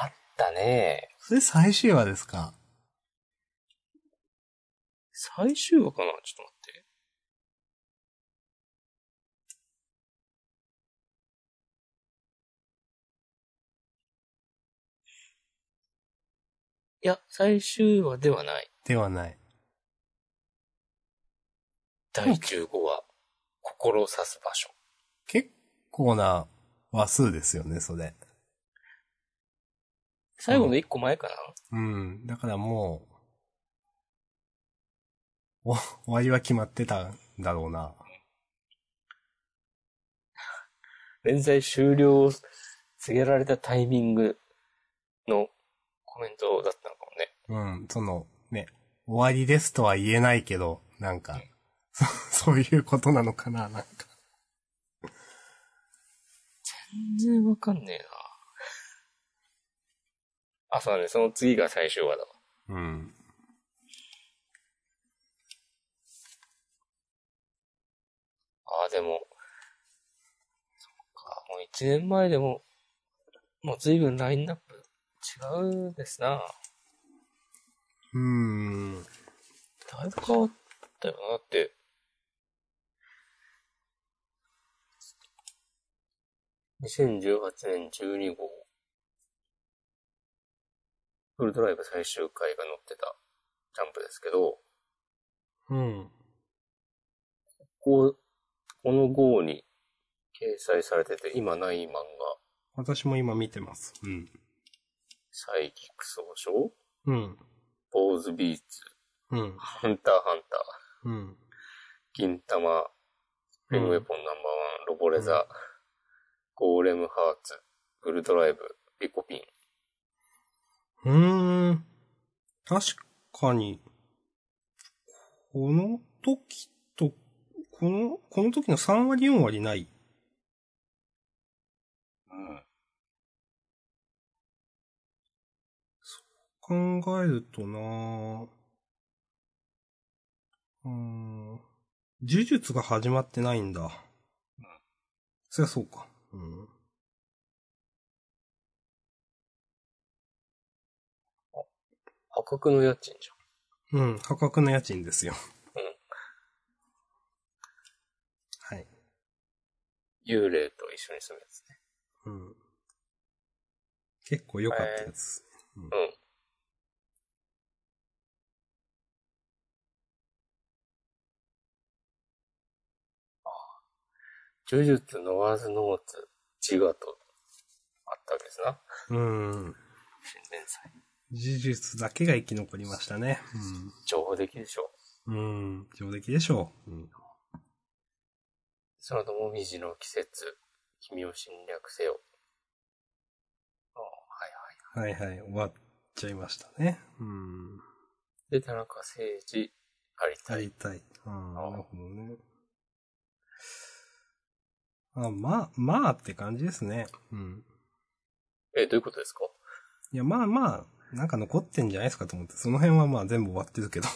[SPEAKER 2] あったね
[SPEAKER 1] それ最終話ですか
[SPEAKER 2] 最終話かなちょっと待って。いや、最終話ではない。
[SPEAKER 1] ではない。
[SPEAKER 2] 第15話、心を刺す場所。
[SPEAKER 1] 結構な話数ですよね、それ。
[SPEAKER 2] 最後の1個前かな、
[SPEAKER 1] うん。だからもう、お、終わりは決まってたんだろうな。
[SPEAKER 2] 連載終了を告げられたタイミングのコメントだったのかもね。
[SPEAKER 1] うん。その、ね、終わりですとは言えないけど、なんか、そそういうことなのかな、なんか。
[SPEAKER 2] 全然わかんねえな。あ、そうだね。その次が最終話だわ。
[SPEAKER 1] うん。
[SPEAKER 2] ああ、でも、そっか、もう一年前でも、もう随分ラインナップ違うですな。
[SPEAKER 1] うーん。
[SPEAKER 2] だいぶ変わったよな、だって。2018年12号。フルドライブ最終回が載ってたジャンプですけど、
[SPEAKER 1] うん。
[SPEAKER 2] こう、この号に掲載されてて、今ない漫画、
[SPEAKER 1] 私も今見てます。うん。
[SPEAKER 2] サイキック総称、
[SPEAKER 1] うん。
[SPEAKER 2] ポーズビーツ、
[SPEAKER 1] うん。
[SPEAKER 2] ハンターハンター、
[SPEAKER 1] うん。
[SPEAKER 2] 銀玉、スプリングウェポンナンバーワン、ロボレザ、ゴーレムハーツ、フルドライブ、リコピン。
[SPEAKER 1] うーん。確かに、この時と、この、この時の3割4割ない。
[SPEAKER 2] うん。
[SPEAKER 1] 考えるとなぁうーん。呪術が始まってないんだ。そりゃそうか。うん。
[SPEAKER 2] 破格の家賃じゃん。
[SPEAKER 1] うん、破格の家賃ですよ。
[SPEAKER 2] うん
[SPEAKER 1] はい。
[SPEAKER 2] 幽霊と一緒に住むやつね。
[SPEAKER 1] うん。結構良かったやつ。
[SPEAKER 2] うん。呪術ノワーズノーツ、自我と、あったわけですな。
[SPEAKER 1] うん。
[SPEAKER 2] 新連載。
[SPEAKER 1] 呪術だけが生き残りましたね。
[SPEAKER 2] 情報的でしょ。
[SPEAKER 1] うん。うん。上出来でしょう。うん。
[SPEAKER 2] その後、もみじの季節、君を侵略せよ。ああ、はいは
[SPEAKER 1] は
[SPEAKER 2] い。
[SPEAKER 1] いはい。終わっちゃいましたね。うん。
[SPEAKER 2] で、田中誠二、借りたい。
[SPEAKER 1] 大体。うん。なるほどね。あ、まあ、まあって感じですね。うん。
[SPEAKER 2] え、どういうことですか
[SPEAKER 1] いや、まあまあ、なんか残ってんじゃないですかと思って、その辺はまあ全部終わってるけど。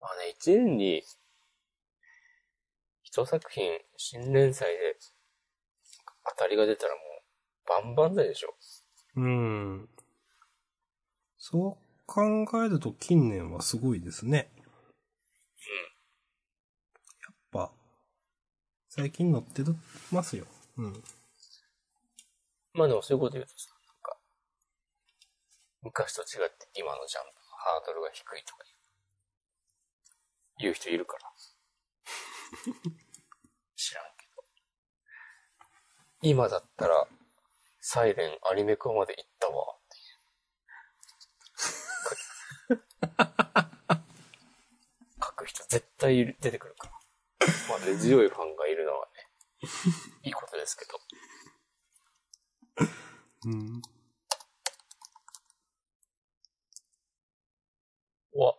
[SPEAKER 2] まあね、一年に、一作品、新連載で、当たりが出たらもう、バンバンだでしょ。
[SPEAKER 1] うん。そう考えると近年はすごいですね。うん。やっぱ、最近乗ってるますよ。うん。
[SPEAKER 2] まあでもそういうこと言うとさ、なんか、昔と違って今のジャンプ、ハードルが低いとか言う、言う人いるから。知らんけど。今だったら、サイレンアニメ化まで行ったわ、っていう。書く人絶対いる出てくるから。まあ、根強いファンがいるのはね、いいことですけど。
[SPEAKER 1] うん。
[SPEAKER 2] わ。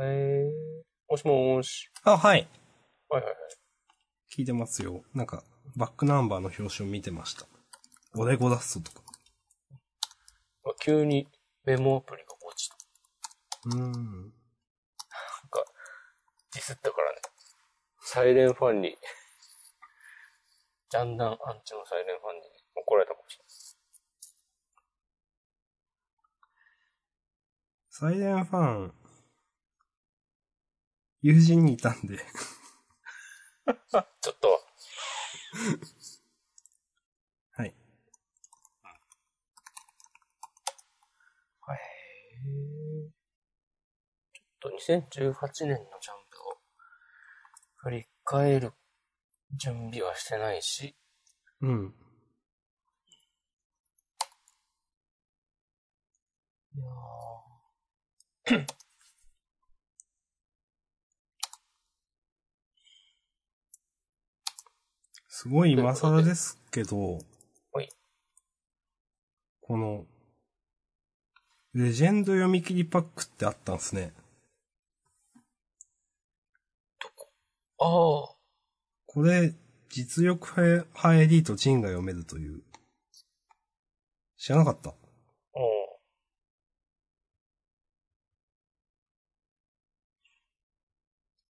[SPEAKER 2] えー、もしもーし。
[SPEAKER 1] あ、はい。
[SPEAKER 2] はいはいはい。
[SPEAKER 1] 聞いてますよ。なんか、バックナンバーの表紙を見てました。オレゴラッソとか。
[SPEAKER 2] あ急にメモアプリが落ちた。
[SPEAKER 1] うん。
[SPEAKER 2] なんか、ディスったからね。サイレンファンに、ジャンダンアンチのサイレンファンに怒られたかもしれない。
[SPEAKER 1] サイレンファン、友人にいたんで。
[SPEAKER 2] ちょっ と、
[SPEAKER 1] はい。
[SPEAKER 2] へーちょっと2018年のジャンプを振り返る準備はしてないし、
[SPEAKER 1] うん。
[SPEAKER 2] いやー
[SPEAKER 1] すごい今更ですけど、
[SPEAKER 2] はい
[SPEAKER 1] この、レジェンド読み切りパックってあったんですね。
[SPEAKER 2] ああ。
[SPEAKER 1] これ、実力派派エリートジンが読めるという。知らなかった。
[SPEAKER 2] お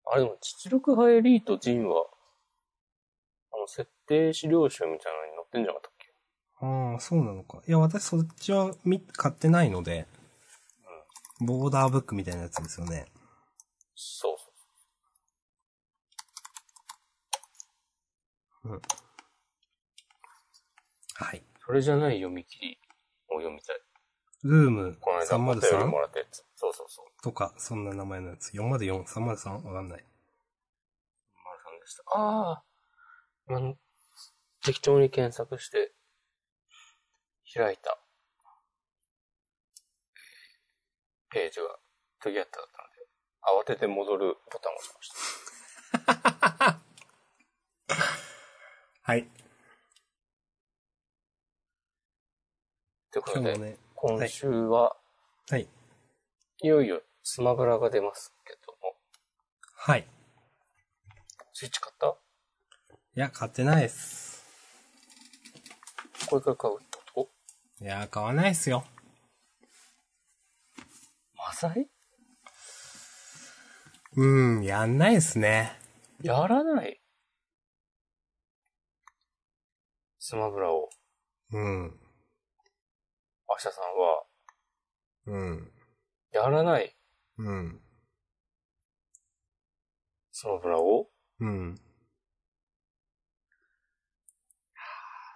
[SPEAKER 2] あれでも、実力派エリートジンは、あの、設定資料集みたいなのに載ってんじゃなかったっけ
[SPEAKER 1] ああ、そうなのか。いや、私そっちは見買ってないので、ボーダーブックみたいなやつですよね。
[SPEAKER 2] そうそう。
[SPEAKER 1] はい。
[SPEAKER 2] それじゃない読み切りを読みたい。
[SPEAKER 1] ルーム
[SPEAKER 2] この間、お便り
[SPEAKER 1] 303
[SPEAKER 2] もらったやつ。そうそうそう。
[SPEAKER 1] とか、そんな名前のやつ。404、303? わかんない。
[SPEAKER 2] 丸さんでした。ああ。あの適当に検索して、開いた、えーページが、次やっただったので、慌てて戻るボタンを押しました。
[SPEAKER 1] はい。
[SPEAKER 2] ということ
[SPEAKER 1] 今
[SPEAKER 2] で、
[SPEAKER 1] 日もね。
[SPEAKER 2] 今週は、
[SPEAKER 1] はい。
[SPEAKER 2] い、よいよスマブラが出ますけども、
[SPEAKER 1] はい。
[SPEAKER 2] スイッチ買った
[SPEAKER 1] いや、買ってないっす。
[SPEAKER 2] これから買うってこと
[SPEAKER 1] いや、買わないっすよ。
[SPEAKER 2] マサイ
[SPEAKER 1] うん、やんないっすね。
[SPEAKER 2] やらないスマブラを、
[SPEAKER 1] うん。
[SPEAKER 2] 明日さんは、
[SPEAKER 1] うん。
[SPEAKER 2] やらない
[SPEAKER 1] うん。
[SPEAKER 2] スマブラを、
[SPEAKER 1] うん。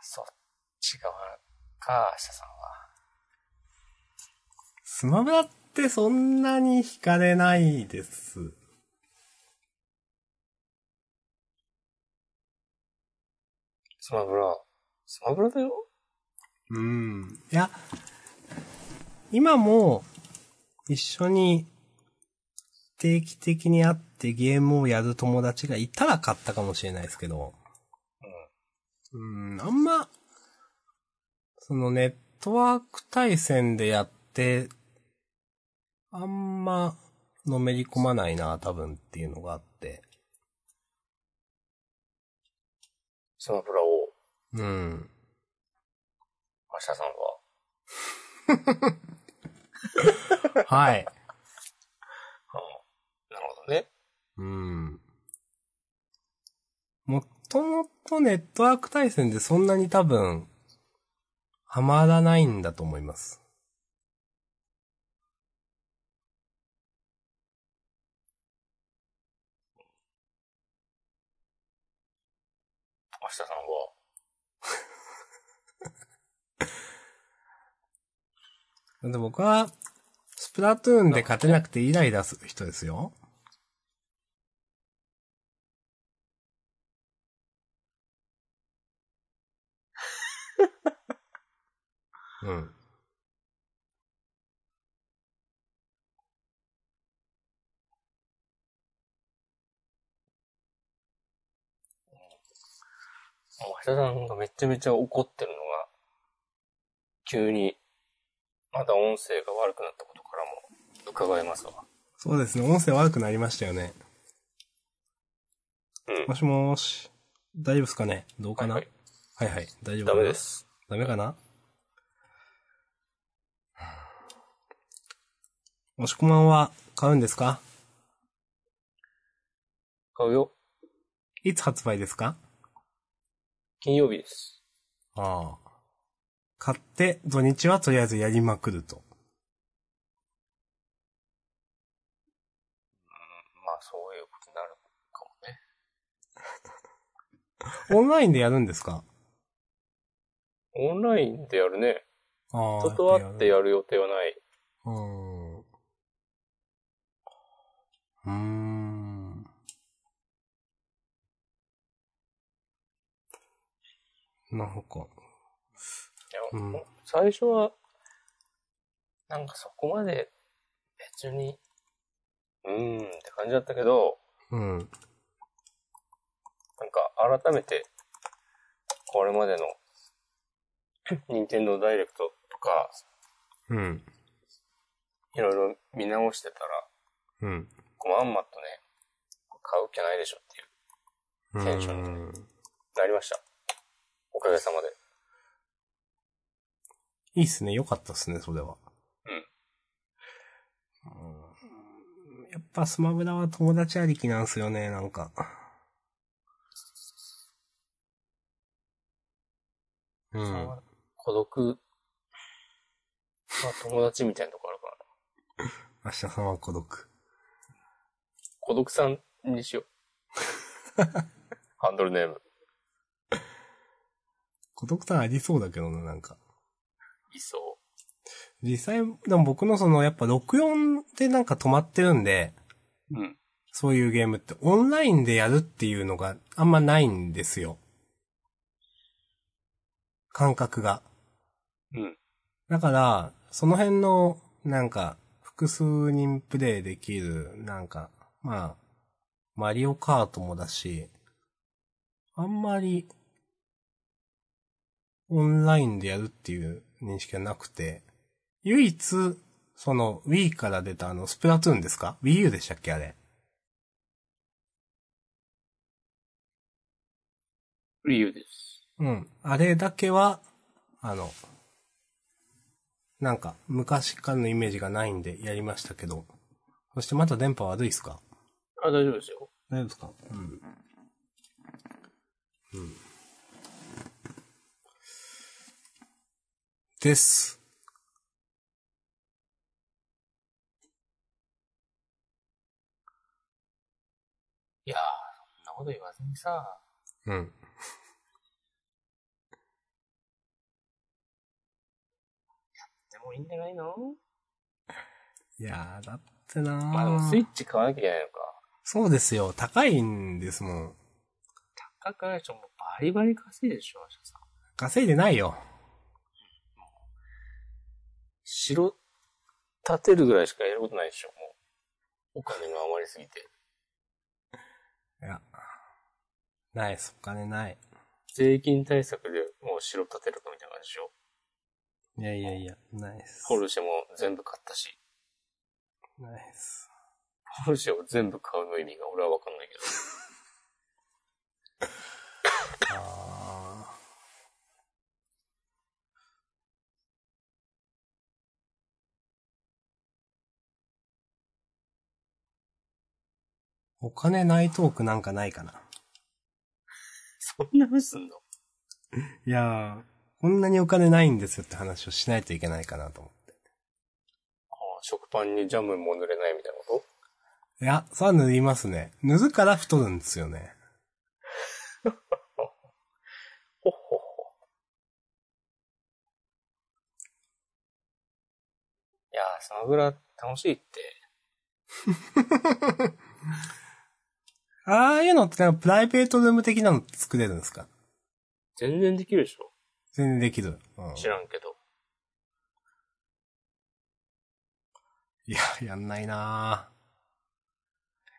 [SPEAKER 2] そっち側か、明日さんは。
[SPEAKER 1] スマブラってそんなに惹かれないです。
[SPEAKER 2] スマブラ、スマブラだよ
[SPEAKER 1] うん。いや、今も一緒に定期的に会ってゲームをやる友達がいたら買ったかもしれないですけど。うん。あんま、そのネットワーク対戦でやって、あんま、のめり込まないな、多分っていうのがあって。
[SPEAKER 2] スマブラを、
[SPEAKER 1] うん。
[SPEAKER 2] 明日さんは、
[SPEAKER 1] はい。
[SPEAKER 2] なるほどね。
[SPEAKER 1] うん。もともとネットワーク対戦でそんなに多分、ハマらないんだと思います。
[SPEAKER 2] 明日さんは、
[SPEAKER 1] だって僕は、スプラトゥーンで勝てなくてイライラする人です よ。うん。
[SPEAKER 2] もう明日さんがめちゃめちゃ怒ってるのが、急に、まだ音声が悪くなったことからも伺えますわ。
[SPEAKER 1] そうですね、音声悪くなりましたよね。
[SPEAKER 2] うん
[SPEAKER 1] もしもーし。大丈夫ですかねどうかな、
[SPEAKER 2] はい
[SPEAKER 1] はいはい、大丈夫
[SPEAKER 2] ダ
[SPEAKER 1] かな
[SPEAKER 2] メで。す。
[SPEAKER 1] ダメかな押し込まんは買うんですか
[SPEAKER 2] 買うよ。
[SPEAKER 1] いつ発売ですか
[SPEAKER 2] 金曜日です。
[SPEAKER 1] ああ。買って土日はとりあえずやりまくると。
[SPEAKER 2] まあ、そういうことになるかもね。
[SPEAKER 1] オンラインでやるんですか
[SPEAKER 2] オンラインでやるね。
[SPEAKER 1] ああ。
[SPEAKER 2] 人と会って
[SPEAKER 1] やっ
[SPEAKER 2] やる予定はない。
[SPEAKER 1] ぱやる。うーん。うーん。なんか。
[SPEAKER 2] いや
[SPEAKER 1] うん
[SPEAKER 2] 最初は、なんかそこまで別に、うーんって感じだったけど、
[SPEAKER 1] うん。
[SPEAKER 2] なんか改めて、これまでの、 任天堂ダイレクトとか、
[SPEAKER 1] うん。
[SPEAKER 2] いろいろ見直してたら、
[SPEAKER 1] うん。
[SPEAKER 2] こうまんまとね、買う気ないでしょっていう、
[SPEAKER 1] うん
[SPEAKER 2] テンショなりました。おかげさまで。
[SPEAKER 1] いいっすね。良かったっすね、それは。うん。やっぱスマブラは友達ありきなんすよね、なんか。うん。
[SPEAKER 2] 孤独、まあ友達みたいなとこあるからな。
[SPEAKER 1] 明日さんは孤独。
[SPEAKER 2] 孤独さんに しよう。ハンドルネーム。
[SPEAKER 1] 孤独感ありそうだけどな、なんか。
[SPEAKER 2] いそ
[SPEAKER 1] 実際、でも僕のその、やっぱ64でなんか止まってるんで、
[SPEAKER 2] う。うん。
[SPEAKER 1] そういうゲームってオンラインでやるっていうのがあんまないんですよ。感覚が。
[SPEAKER 2] うん。
[SPEAKER 1] だから、その辺の、なんか、複数人プレイできる、なんか、まあ、マリオカートもだし、あんまり、オンラインでやるっていう認識はなくて、唯一、その、Wii から出たあの、スプラトゥーンですか ?Wii U でしたっけあれ。
[SPEAKER 2] 理由です。
[SPEAKER 1] うん。あれだけは、あの、なんか、昔からのイメージがないんでやりましたけど。そしてまた電波悪いっすか
[SPEAKER 2] あ、大丈夫ですよ。
[SPEAKER 1] 大丈夫ですかうん。うん。です。
[SPEAKER 2] いやー、そんなこと言わずにさ、
[SPEAKER 1] うん。
[SPEAKER 2] でもいいんじゃないの
[SPEAKER 1] いやー、だってなー。
[SPEAKER 2] まあでもスイッチ買わなきゃいけないのか。
[SPEAKER 1] そうですよ。高いんですもん。
[SPEAKER 2] 高くないでしょ、もうバリバリ稼いでるでしょ、明日さん。
[SPEAKER 1] 稼いでないよ。
[SPEAKER 2] 城建てるぐらいしかやることないでしょ、もう。お金が余りすぎて。
[SPEAKER 1] いや。ないです。お金ない。
[SPEAKER 2] 税金対策でもう城建てるかみたいな感じでしょ。
[SPEAKER 1] いやいやいや、ないっす
[SPEAKER 2] ポルシェも全部買ったし。
[SPEAKER 1] ないっす。
[SPEAKER 2] ポルシェを全部買うの意味が俺はわかんないけど。
[SPEAKER 1] ああ。お金ないトークなんかないかな。
[SPEAKER 2] そんなふうすんの
[SPEAKER 1] いやー、こんなにお金ないんですよって話をしないといけないかなと思
[SPEAKER 2] ああ食パンにジャムも塗れないみたいなこ
[SPEAKER 1] う。いや、それは塗りますね。塗るから太るんですよね。
[SPEAKER 2] とほっほっほ。いやー、スマブラ楽しいって。
[SPEAKER 1] ああいうのってなんかプライベートルーム的なの作れるんですか
[SPEAKER 2] 全然できるでしょ
[SPEAKER 1] 全然できる。うん、
[SPEAKER 2] 知らんけど。
[SPEAKER 1] いや、やんないなぁ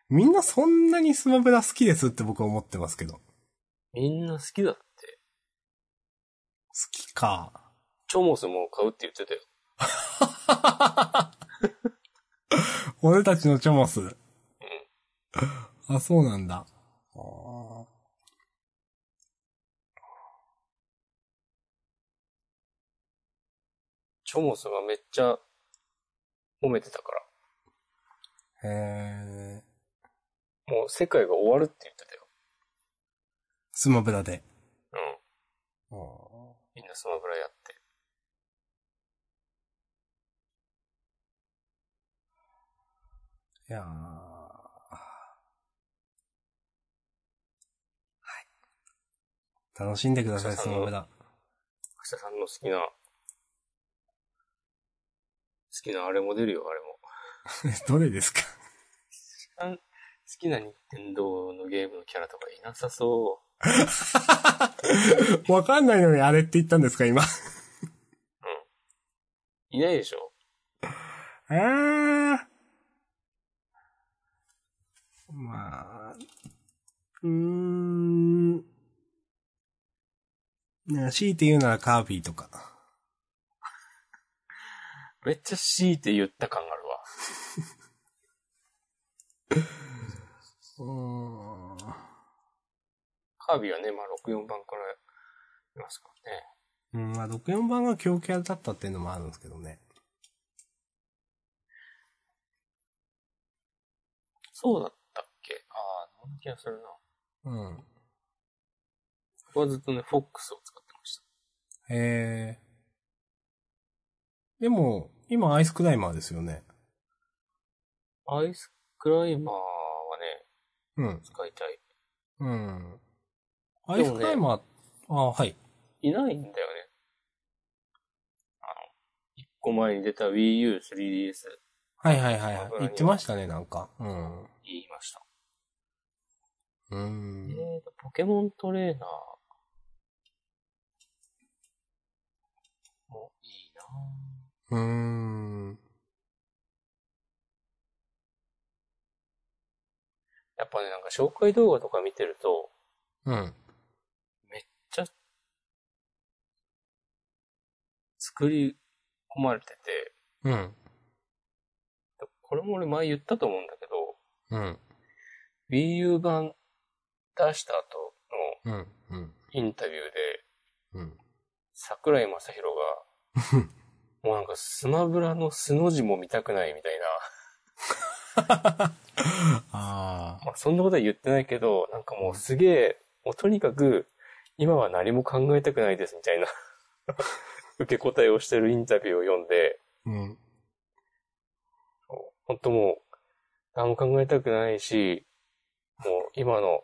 [SPEAKER 1] みんなそんなにスマブラ好きですって僕は思ってますけど。好
[SPEAKER 2] みんな好きだって。
[SPEAKER 1] きか。
[SPEAKER 2] チョモスも買うって言ってたよ。
[SPEAKER 1] 俺たちのチョモス。
[SPEAKER 2] うん。
[SPEAKER 1] あ、そうなんだ。あー
[SPEAKER 2] チョモスがめっちゃ褒めてたか
[SPEAKER 1] へえ。
[SPEAKER 2] ら。もう世界が終わるって言ってたよ。
[SPEAKER 1] スマブラで。
[SPEAKER 2] うん。
[SPEAKER 1] あ
[SPEAKER 2] みんなスマブラやって。
[SPEAKER 1] ーいやーはい。楽しんでください、スマブラ。
[SPEAKER 2] 明日さんの好きな、好きなあれも出るよ、あれも。
[SPEAKER 1] どれですか
[SPEAKER 2] 好きな任天堂のゲームのキャラとかいなさそ
[SPEAKER 1] わかんないのにあれって言ったんですか、今。
[SPEAKER 2] う。いないでしょ
[SPEAKER 1] えー。まあ、うーん。ね強いて言うならカービィとか。
[SPEAKER 2] めっちゃ強いて言った感があるわ。
[SPEAKER 1] うーん。
[SPEAKER 2] カービィはね、まあ64番からいますからね。
[SPEAKER 1] うん、まあ、64番が強キャラだったっていうのもあるんですけどね。
[SPEAKER 2] そうだったっけああ、そんな気がするな。
[SPEAKER 1] うん。
[SPEAKER 2] 僕はずっとね、フォックスを使ってました。
[SPEAKER 1] へえ。でも、今アイスクライマーですよね。
[SPEAKER 2] アイスクライマーはね、
[SPEAKER 1] うん。
[SPEAKER 2] 使いたい。
[SPEAKER 1] うん。アイスクライマー、あ、はい。
[SPEAKER 2] いないんだよね。あの、一個前に出た Wii U 3DS
[SPEAKER 1] はいはいはいはい
[SPEAKER 2] 油。には
[SPEAKER 1] 言ってましたね、なんか。うん。
[SPEAKER 2] 言いました。
[SPEAKER 1] う
[SPEAKER 2] え
[SPEAKER 1] ん。
[SPEAKER 2] ーと、ポケモントレーナーもいいな
[SPEAKER 1] うん。
[SPEAKER 2] やっぱね、なんか紹介動画とか見てると、
[SPEAKER 1] うん。
[SPEAKER 2] 作り込まれてて、
[SPEAKER 1] うん。
[SPEAKER 2] これも俺前言ったと思うんだけど、
[SPEAKER 1] うん。
[SPEAKER 2] Wii U 版出した後の
[SPEAKER 1] うん。うん。
[SPEAKER 2] インタビューで、
[SPEAKER 1] うん。
[SPEAKER 2] 桜井正宏が、もうなんかスマブラの素の字も見たくないみたい
[SPEAKER 1] あ
[SPEAKER 2] な。まあそんなことは言ってないけど、なんかもうすげえ、もうとにかく、今は何も考えたくないですみたいな、受け答えをしてるインタビューを読んで、
[SPEAKER 1] ー。うん。
[SPEAKER 2] 本当もう、何も考えたくないし、もう今の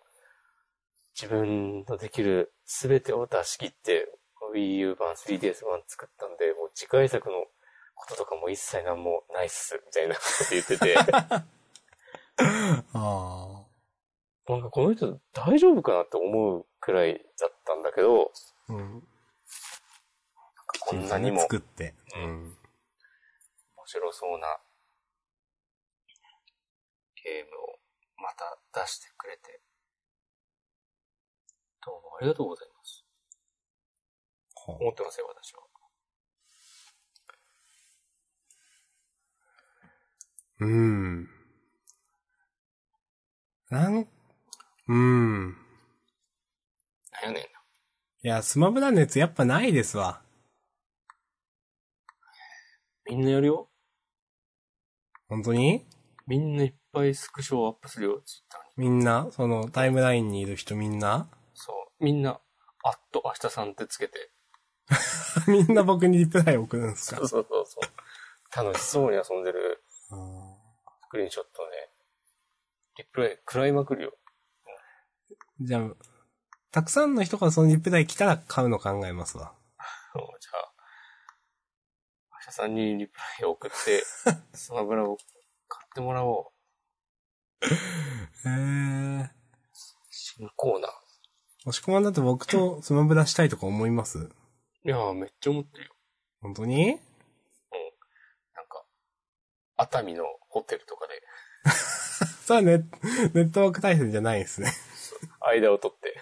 [SPEAKER 2] 自分のできる全てを出し切って、Wii U 版、3DS 版作ったんで、もう次回作のこととかも一切何もないっす、みたいな こと言ってて、な
[SPEAKER 1] あ
[SPEAKER 2] んかこの人大丈夫かなって思うくらいだったんだけど、
[SPEAKER 1] ー。うん。
[SPEAKER 2] こんなにも
[SPEAKER 1] 作って。うん。
[SPEAKER 2] 面白そうなゲームをまた出してくれて、どうもありがとうございます。
[SPEAKER 1] ほ
[SPEAKER 2] 思ってますよ、私は。
[SPEAKER 1] ううん。なん、うん。
[SPEAKER 2] なんやねんな。
[SPEAKER 1] いや、スマブラ熱やっぱないですわ。
[SPEAKER 2] みんなやるよ。
[SPEAKER 1] 本当に
[SPEAKER 2] みんないっぱいスクショをアップするよ、ツイッターに。
[SPEAKER 1] みんな、そのタイムラインにいる人みんな
[SPEAKER 2] そう。みんな、あっと明日さんってつけて。
[SPEAKER 1] みんな僕にリプライ送るんですか
[SPEAKER 2] そうそうそうそう。楽しそうに遊んでる
[SPEAKER 1] うん
[SPEAKER 2] スクリーンショットね。リプレイ、食らいまくるよ。
[SPEAKER 1] じゃあ、たくさんの人がそのリプライ来たら買うの考えますわ。
[SPEAKER 2] そうじゃあ、明日さんにリプライを送って、スマブラを買ってもらおう。
[SPEAKER 1] へー。
[SPEAKER 2] 新コーナー。
[SPEAKER 1] 押し込まんだって僕とスマブラしたいとか思います
[SPEAKER 2] いやー、めっちゃ思ってるよ。
[SPEAKER 1] 本当に
[SPEAKER 2] なんか、熱海のホテルとかで、
[SPEAKER 1] さあネ、ネットワーク対戦じゃないですね。
[SPEAKER 2] 間を取って、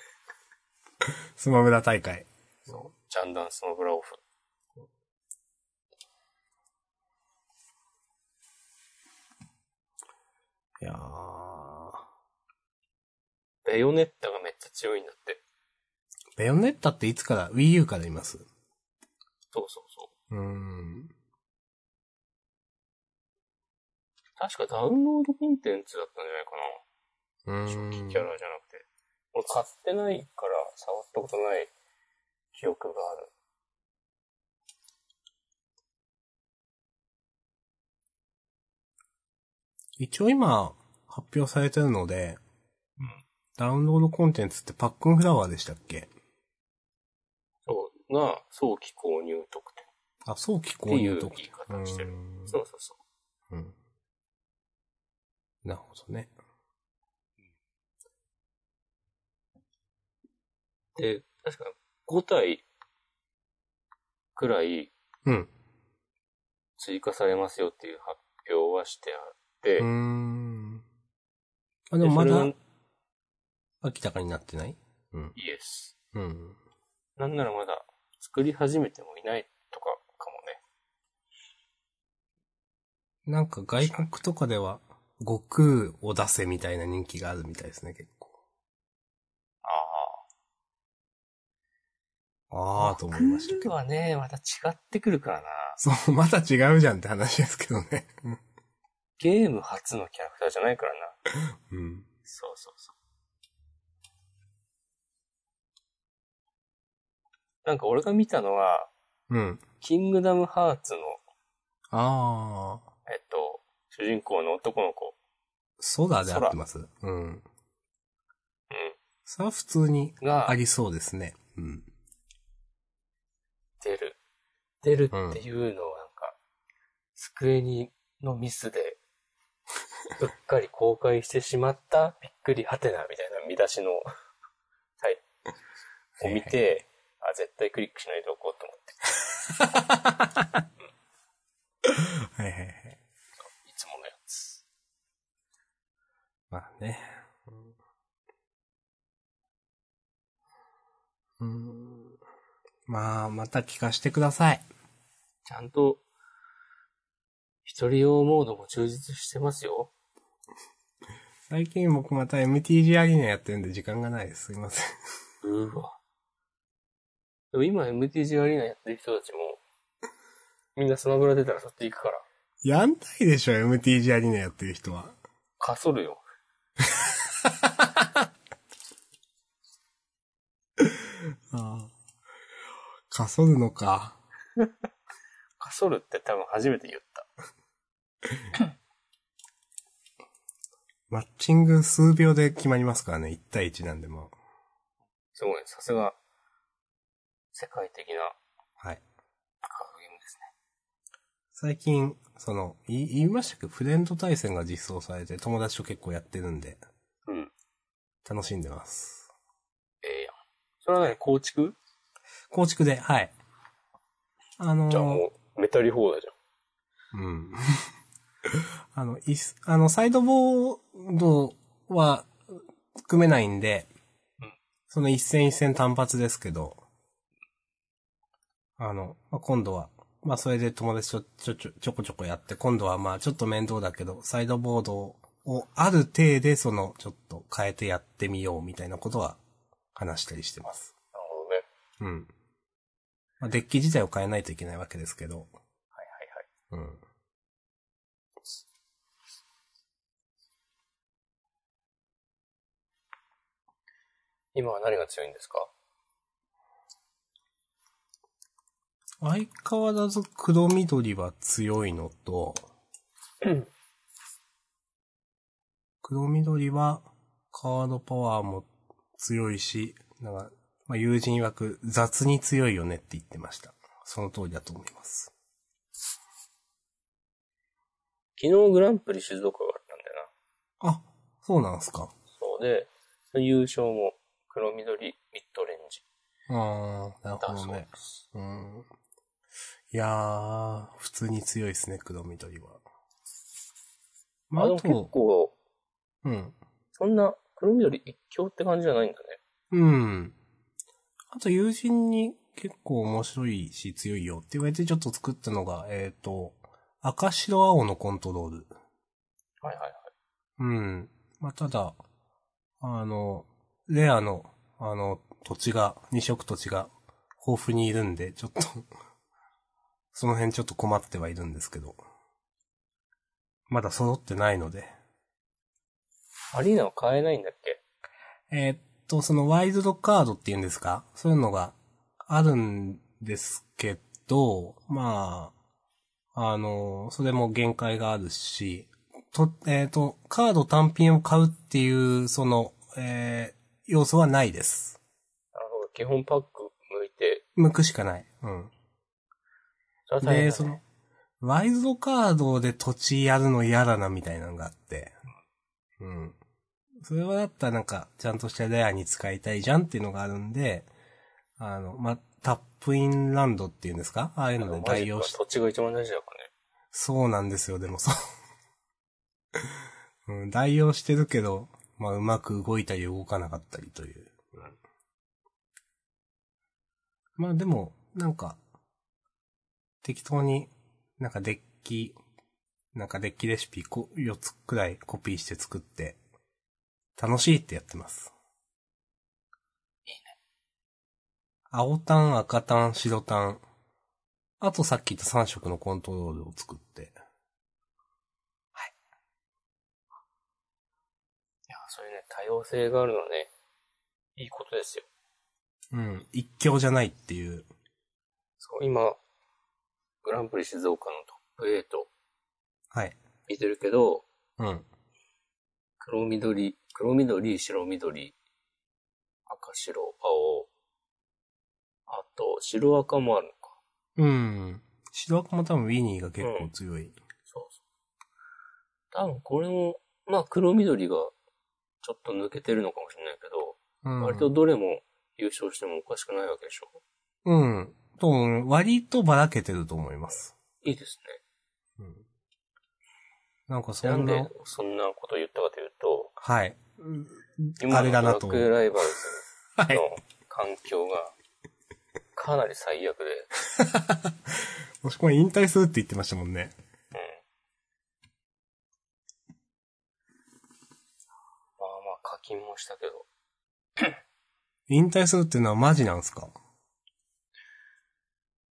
[SPEAKER 1] スマブラ大会。
[SPEAKER 2] そう、ジャンダンスマブラオフ。
[SPEAKER 1] いやー。
[SPEAKER 2] ベヨネッタがめっちゃ強いんだって。
[SPEAKER 1] ベヨネッタっていつから Wii U からいます
[SPEAKER 2] そうそうそう
[SPEAKER 1] ーん。
[SPEAKER 2] う。確かダウンロードコンテンツだったんじゃないか
[SPEAKER 1] うー
[SPEAKER 2] な。初期
[SPEAKER 1] ん
[SPEAKER 2] キャ。ラじゃなくて。俺買ってないから触ったことない記憶がある。
[SPEAKER 1] 一応今、発表されてるので、ダウンロードコンテンツってパックンフラワーでしたっけ
[SPEAKER 2] そう、が、早期購入特典。
[SPEAKER 1] あ、早期
[SPEAKER 2] って
[SPEAKER 1] 購
[SPEAKER 2] い
[SPEAKER 1] 入
[SPEAKER 2] う
[SPEAKER 1] と
[SPEAKER 2] 言
[SPEAKER 1] か。
[SPEAKER 2] い方をしてる
[SPEAKER 1] う。ーん
[SPEAKER 2] そうそうそう。
[SPEAKER 1] うん。なるほどね。
[SPEAKER 2] で、確か5体くらい
[SPEAKER 1] うん。
[SPEAKER 2] 追加されますよっていう発表はしてあっ
[SPEAKER 1] う
[SPEAKER 2] て、
[SPEAKER 1] ーん。あ、で
[SPEAKER 2] で
[SPEAKER 1] もま
[SPEAKER 2] それ
[SPEAKER 1] だ
[SPEAKER 2] が
[SPEAKER 1] 明らかになってない
[SPEAKER 2] イエス。
[SPEAKER 1] うん。
[SPEAKER 2] なんならまだ作り始めてもいないとかかもね。
[SPEAKER 1] なんか外国とかでは、悟空を出せみたいな人気があるみたいですね、結構。
[SPEAKER 2] あ
[SPEAKER 1] あーと思いましたけど。
[SPEAKER 2] はね、また違ってくるからな。
[SPEAKER 1] そう、また違うじゃんって話ですけど ね。
[SPEAKER 2] ゲーム初のキャラクターじゃないからな。
[SPEAKER 1] うん。
[SPEAKER 2] そうそうそう。なんか俺が見たのは、
[SPEAKER 1] うん。
[SPEAKER 2] キングダムハーツの、
[SPEAKER 1] ああ、
[SPEAKER 2] えっと、主人公の男の子。
[SPEAKER 1] 空で合ってます。うん。それは普通に
[SPEAKER 2] うん。が
[SPEAKER 1] あ、りそうですね。うん。
[SPEAKER 2] 出る。出るっていうのをなんか、机にのミスで、うっかり公開してしまった、びっくりハテナみたいな見出しの、はい。を見て、あ、絶対クリックしないでおこうと思って、
[SPEAKER 1] はいはいはい。
[SPEAKER 2] いつものやつ。
[SPEAKER 1] まあね。うん。まあ、また聞かせてください。
[SPEAKER 2] ちゃんと、一人用モードも充実してますよ。
[SPEAKER 1] 最近僕また MTG アリーナやってるんで時間がないです。すいません。
[SPEAKER 2] うーわ。でも今 MTG アリーナやってる人たちも、みんなスマブラ出たらそっち行くから、
[SPEAKER 1] やんないでしょ、MTG アリーナやってる人は。
[SPEAKER 2] かそるよ。
[SPEAKER 1] ああ。かそるのか。
[SPEAKER 2] かそるって多分初めて言った。
[SPEAKER 1] マッチング数秒で決まりますからね。1対1なんでもう。
[SPEAKER 2] すごい、さすが、世界的な
[SPEAKER 1] はい。
[SPEAKER 2] カードゲームですね。
[SPEAKER 1] 最近、その、い言いましたけど、フレンド対戦が実装されて友達と結構やってるんで、
[SPEAKER 2] うん。
[SPEAKER 1] 楽しんでます。
[SPEAKER 2] ええやん。それはね、構築
[SPEAKER 1] 構築で、はい。あのー
[SPEAKER 2] じゃあもう、メタリ放題じゃん。
[SPEAKER 1] うん。あの、いす、あの、サイドボードは、組めないんで
[SPEAKER 2] うん、
[SPEAKER 1] その一戦一戦単発ですけど、あの、まあ、今度は、まあ、それで友達とちょちょちょこちょこやって、今度はまあ、ちょっと面倒だけど、サイドボードをある程度、その、ちょっと変えてやってみようみたいなことは、話したりしてます。
[SPEAKER 2] なるほどね。
[SPEAKER 1] うん。まあ、デッキ自体を変えないといけないわけですけど、
[SPEAKER 2] はいはいはい。
[SPEAKER 1] うん。
[SPEAKER 2] 今は何が強いんですか
[SPEAKER 1] 相変わらず黒緑は強いのと、
[SPEAKER 2] うん
[SPEAKER 1] 黒緑はカードパワーも強いし、なんか、まあ、友人曰く雑に強いよねって言ってました。その通りだと思います。
[SPEAKER 2] 昨日グランプリ静岡があったんだよな。
[SPEAKER 1] あ、そうなんすか。
[SPEAKER 2] そうで、優勝も黒緑ミッドレンジ
[SPEAKER 1] あー、なる
[SPEAKER 2] だ
[SPEAKER 1] ほ
[SPEAKER 2] そ
[SPEAKER 1] ど
[SPEAKER 2] う
[SPEAKER 1] ね
[SPEAKER 2] で。す。
[SPEAKER 1] うん。いやー、普通に強いですね、黒緑は。まあ、
[SPEAKER 2] あ、で
[SPEAKER 1] あ
[SPEAKER 2] も結
[SPEAKER 1] と、
[SPEAKER 2] 構、
[SPEAKER 1] うん。
[SPEAKER 2] そんな黒緑一強って感じじゃないんだね。
[SPEAKER 1] うん。あと友人に結構面白いし強いよって言われてちょっと作ったのが、えっ、と、赤白青のコントロール。
[SPEAKER 2] はいはいはい。
[SPEAKER 1] うん。まあ、ただ、あの、レアの、あの、土地が、二色土地が豊富にいるんで、ちょっと、その辺ちょっと困ってはいるんですけど。まだ揃ってないので。
[SPEAKER 2] アリーナは買えないんだっけ
[SPEAKER 1] えーっと、そのワイルドカードっていうんですかそういうのがあるんですけど、まあ、あの、それも限界があるし、と、えーっと、カード単品を買うっていう、その、えー要素はないです。
[SPEAKER 2] なるほど。基本パック向いて、
[SPEAKER 1] 向くしかない。うん。
[SPEAKER 2] それは大変
[SPEAKER 1] で、
[SPEAKER 2] だ
[SPEAKER 1] そ
[SPEAKER 2] ね
[SPEAKER 1] の、ワイルドカードで土地やるの嫌だなみたいなのがあって。うん。それはだったらなんか、ちゃんとしたレアに使いたいじゃんっていうのがあるんで、あの、ま、タップインランドっていうんですかああいうので代用し
[SPEAKER 2] そっちが一番大事だからね。
[SPEAKER 1] そうなんですよ、でもそう。うん、代用してるけど、まあ、うまく動いたり動かなかったりという。まあでも、なんか、適当に、なんかデッキ、なんかデッキレシピこ4つくらいコピーして作って、楽しいってやってます。
[SPEAKER 2] いいね。
[SPEAKER 1] 青タン、赤タン、白タン。あとさっき言った3色のコントロールを作って。
[SPEAKER 2] いや、そういうね、多様性があるのはね、いいことですよ。
[SPEAKER 1] うん。一強じゃないっていう。
[SPEAKER 2] そう、今、グランプリ静岡のトップ
[SPEAKER 1] はい。
[SPEAKER 2] 8見てるけど、
[SPEAKER 1] うん。
[SPEAKER 2] 黒緑、黒緑、白緑、赤白、青、あと、白赤もあるのか。
[SPEAKER 1] うん。白赤も多分ウィニーが結構強い。
[SPEAKER 2] そうそう。多分これも、まあ黒緑がちょっと抜けてるのかもしれないけど、
[SPEAKER 1] うん。
[SPEAKER 2] 割とどれも優勝してもおかしくないわけでしょ。
[SPEAKER 1] うん。と、割とばらけてると思います。
[SPEAKER 2] いいですね。
[SPEAKER 1] うん。なんかそ
[SPEAKER 2] なん
[SPEAKER 1] ん
[SPEAKER 2] で
[SPEAKER 1] な、
[SPEAKER 2] そんなことを言ったかというと、
[SPEAKER 1] はい。
[SPEAKER 2] 今
[SPEAKER 1] あれだな
[SPEAKER 2] の
[SPEAKER 1] と
[SPEAKER 2] ブラックライバル
[SPEAKER 1] は
[SPEAKER 2] ズ
[SPEAKER 1] い
[SPEAKER 2] の。環境がかなり最悪で、
[SPEAKER 1] もしも引退するって言ってましたもんね。
[SPEAKER 2] まあまあ課金もしたけど、
[SPEAKER 1] 引退するっていうのはマジなんすか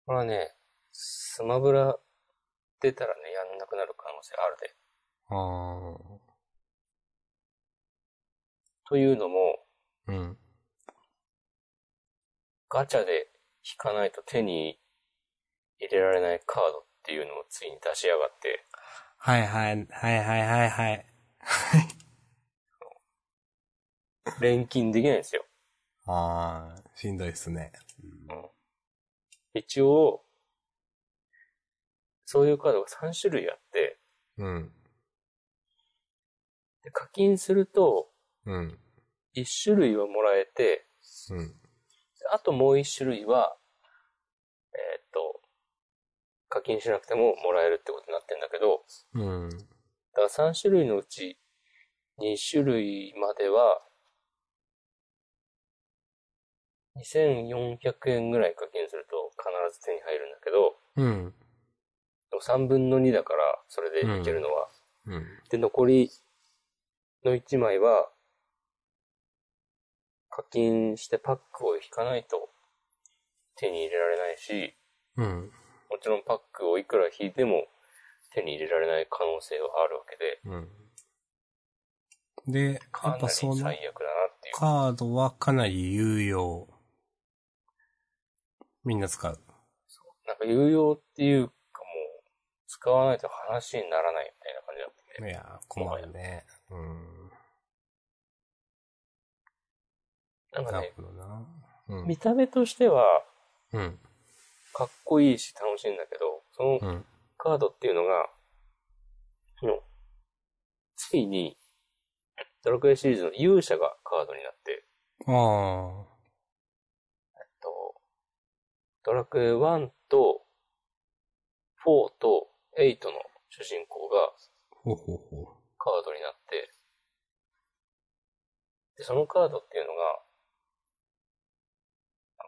[SPEAKER 2] まあね、スマブラ出たらね、やんなくなる可能性あるで。
[SPEAKER 1] あー。
[SPEAKER 2] というのも、
[SPEAKER 1] うん。
[SPEAKER 2] ガチャで引かないと手に入れられないカードっていうのをついに出しやがって、
[SPEAKER 1] はいはい、はいはいはいはい。
[SPEAKER 2] 錬金できないんですよ。
[SPEAKER 1] あー、しんどいっすね。
[SPEAKER 2] 一応、そういうカードが3種類あって、
[SPEAKER 1] うん。
[SPEAKER 2] で課金すると
[SPEAKER 1] うん。
[SPEAKER 2] 1種類はもらえて、
[SPEAKER 1] うん。
[SPEAKER 2] あともう1種類は、えーっと、課金しなくてももらえるってことになってんだけど、
[SPEAKER 1] うん。
[SPEAKER 2] だから3種類のうち2種類までは、2400円ぐらい課金すると必ず手に入るんだけど、
[SPEAKER 1] うん。
[SPEAKER 2] でも3分の2だから、それでいけるのは。
[SPEAKER 1] うん。
[SPEAKER 2] で、残りの1枚は、課金してパックを引かないと手に入れられないし、
[SPEAKER 1] うん。
[SPEAKER 2] もちろんパックをいくら引いても手に入れられない可能性はあるわ
[SPEAKER 1] うん。
[SPEAKER 2] けで、
[SPEAKER 1] で、
[SPEAKER 2] か
[SPEAKER 1] や
[SPEAKER 2] な
[SPEAKER 1] っ
[SPEAKER 2] り
[SPEAKER 1] ぱ
[SPEAKER 2] 最
[SPEAKER 1] そ
[SPEAKER 2] 悪だ
[SPEAKER 1] の
[SPEAKER 2] なっていう。
[SPEAKER 1] カードはかなり有用。みんな使う。
[SPEAKER 2] なんか有用っていうかもう、使わないと話にならないみたいな感じだった
[SPEAKER 1] い
[SPEAKER 2] ね。
[SPEAKER 1] やー、困るね。うん。
[SPEAKER 2] なんか
[SPEAKER 1] な
[SPEAKER 2] ね
[SPEAKER 1] る、ほどな。うん
[SPEAKER 2] 見。た目としては、
[SPEAKER 1] うん。
[SPEAKER 2] かっこいいし楽しいんだけど、そ
[SPEAKER 1] う
[SPEAKER 2] の
[SPEAKER 1] ん。
[SPEAKER 2] カードっていうのが、の、ついに、ドラクエシリーズの勇者がカードになって、
[SPEAKER 1] あ
[SPEAKER 2] えっと、ドラクエ1と、4と8の主人公が
[SPEAKER 1] あ。ほうほうほ
[SPEAKER 2] カードになって、で、そのカードっていうのが、あ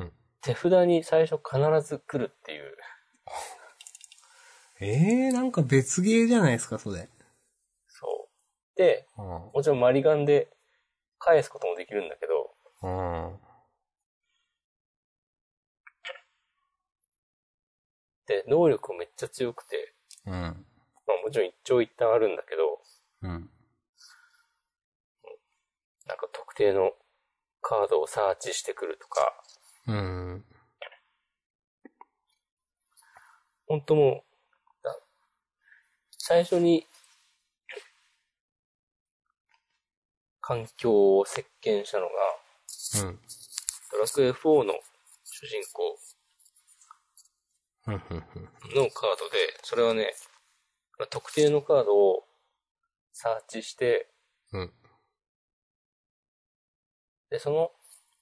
[SPEAKER 2] の
[SPEAKER 1] うん
[SPEAKER 2] 手札に最初必ず来るっていう、
[SPEAKER 1] う。ええー、なんか別ゲーじゃないですか、それ。
[SPEAKER 2] そう。で、
[SPEAKER 1] うん。
[SPEAKER 2] もちろんマリガンで返すこともできるんだけど、
[SPEAKER 1] うん。
[SPEAKER 2] で、能力めっちゃ強くて、
[SPEAKER 1] うん。
[SPEAKER 2] まあもちろん一長一短あるんだけど、
[SPEAKER 1] うん。
[SPEAKER 2] なんか特定のカードをサーチしてくるとか、
[SPEAKER 1] うん。
[SPEAKER 2] 本当もう、だ最初に、環境を席巻したのが、
[SPEAKER 1] うん。
[SPEAKER 2] ドラクエ4の主人公
[SPEAKER 1] うん。うん。
[SPEAKER 2] のカードで、それはね、特定のカードをサーチして、
[SPEAKER 1] うん
[SPEAKER 2] で、その、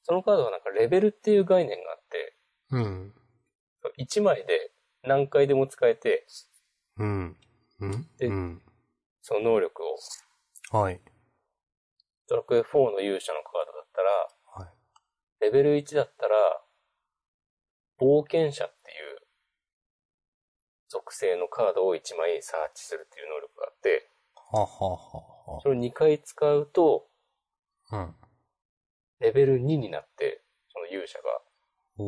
[SPEAKER 2] そのカードはなんかレベルっていう概念があって、
[SPEAKER 1] うん。
[SPEAKER 2] 1枚で何回でも使えて、
[SPEAKER 1] うん。うん。
[SPEAKER 2] で
[SPEAKER 1] うん。
[SPEAKER 2] その能力を
[SPEAKER 1] はい。
[SPEAKER 2] ドラクエ4の勇者のカードだったら、
[SPEAKER 1] はい
[SPEAKER 2] レベル1だったら、冒険者っていう属性のカードを1枚サーチするっていう能力があって、
[SPEAKER 1] はあはあは
[SPEAKER 2] それを2回使うと、
[SPEAKER 1] あはあ。
[SPEAKER 2] レベル2になって、その勇者が。
[SPEAKER 1] うん。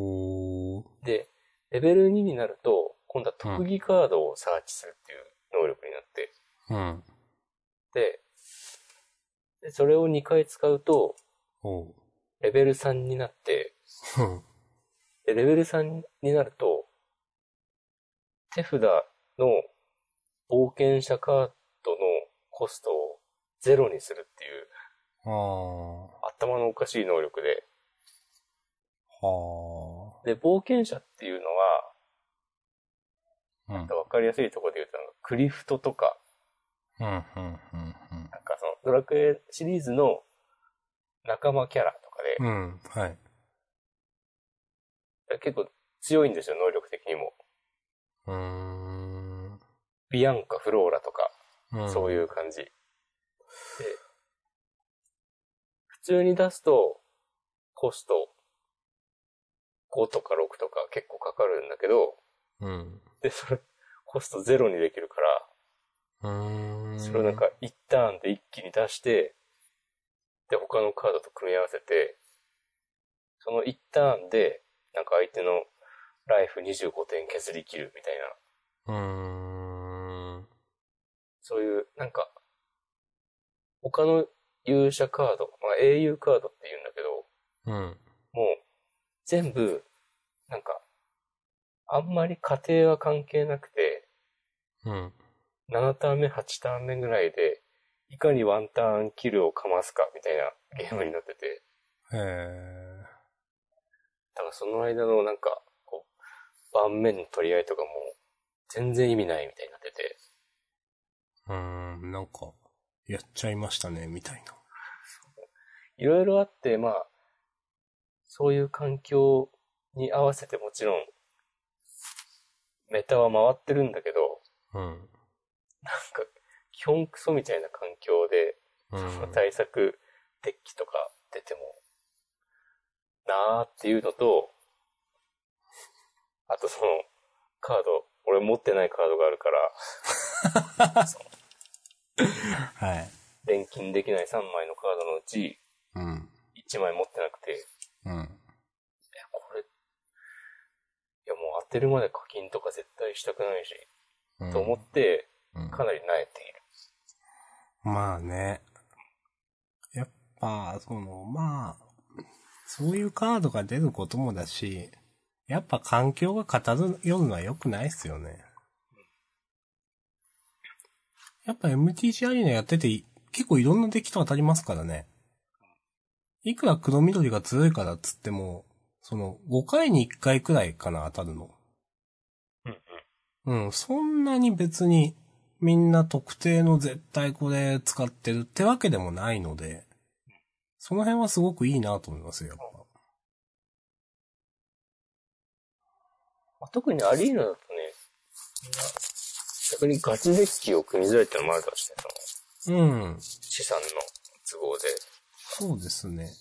[SPEAKER 1] おー。
[SPEAKER 2] で、レベル2になると、今度は特技カードをサーチするっていう能力になって、
[SPEAKER 1] うん。
[SPEAKER 2] で、でそれを2回使うと、
[SPEAKER 1] おう。
[SPEAKER 2] レベル3になって、
[SPEAKER 1] うん。
[SPEAKER 2] でレベル3になると、手札の冒険者カードのコストをゼロにするっていう
[SPEAKER 1] ああ。
[SPEAKER 2] 頭のおかしい能力で、
[SPEAKER 1] は
[SPEAKER 2] で、冒険者っていうのは、
[SPEAKER 1] あ。うん。
[SPEAKER 2] わかりやすいところで言うと、なんかクリフトとか、
[SPEAKER 1] うん、うん、うん、うん。
[SPEAKER 2] なんかその、ドラクエシリーズの仲間キャラとかで、
[SPEAKER 1] うん、はい。
[SPEAKER 2] 結構強いんですよ、能力的にも。
[SPEAKER 1] うーん。
[SPEAKER 2] ビアンカ、フローラとか、
[SPEAKER 1] うん、
[SPEAKER 2] そう
[SPEAKER 1] う。
[SPEAKER 2] いう感じ。で、普通に出すと、コスト5とか6とか結構かかるんだけど、
[SPEAKER 1] うん。
[SPEAKER 2] で、それ、コストゼロにできるか
[SPEAKER 1] う
[SPEAKER 2] ら、
[SPEAKER 1] ーん。
[SPEAKER 2] それをなんか一ターンで一気に出して、で、他のカードと組み合わせて、その一ターンで、なんか相手のライフ25点削り切るみたいな、
[SPEAKER 1] うーん。
[SPEAKER 2] そういう、なんか、他の勇者カード、まあ英雄カードって言うんだけど、
[SPEAKER 1] うん。
[SPEAKER 2] もう、全部、なんか、あんまり過程は関係なくて、
[SPEAKER 1] うん。
[SPEAKER 2] 7ターン目、8ターン目ぐらいで、いかにワンターンキルをかますかみたいなゲームになってて、
[SPEAKER 1] へえ。
[SPEAKER 2] だからその間のなんか、こう、盤面の取り合いとかも、全然意味ないみたいになってて、
[SPEAKER 1] うーん、なんか、やっちゃいましたね、みたいな。
[SPEAKER 2] いろいろあって、まあ、そういう環境に合わせてもちろん、メタは回ってるんだけど、
[SPEAKER 1] うん。
[SPEAKER 2] なんか、基本クソみたいな環境で、
[SPEAKER 1] うん。
[SPEAKER 2] 対策デッキとか出ても、なーっていうのと、あとその、カード、俺持ってないカードがあるから、
[SPEAKER 1] はい。
[SPEAKER 2] 錬金できない3枚のカードのうち、
[SPEAKER 1] うん。
[SPEAKER 2] 1枚持ってなくて、いや、
[SPEAKER 1] うん。
[SPEAKER 2] これ、いや、もう当てるまで課金とか絶対したくないし、
[SPEAKER 1] うん
[SPEAKER 2] と思って、
[SPEAKER 1] うん
[SPEAKER 2] かなり萎えている。
[SPEAKER 1] まあね。やっぱ、その、まあ、そういうカードが出ることもだし、やっぱ環境が偏るのは良くないっすよね。やっぱ MTG アリーナやっててい、結構いろんなデッキと当たりますからね。いくら黒緑が強いからっつっても、その、5回に1回くらいかな、当たるの。
[SPEAKER 2] うん
[SPEAKER 1] うん、そんなに別にみんな特定の絶対これ使ってるってわけでもないので、その辺はすごくいいなと思いますよ、やっぱ。
[SPEAKER 2] まあ、特にアリーナだとね、みんな逆にガチデッキを組みづらいってのもあるかもしれない。その
[SPEAKER 1] うん、
[SPEAKER 2] 資産の都合で。
[SPEAKER 1] そうですね。
[SPEAKER 2] もある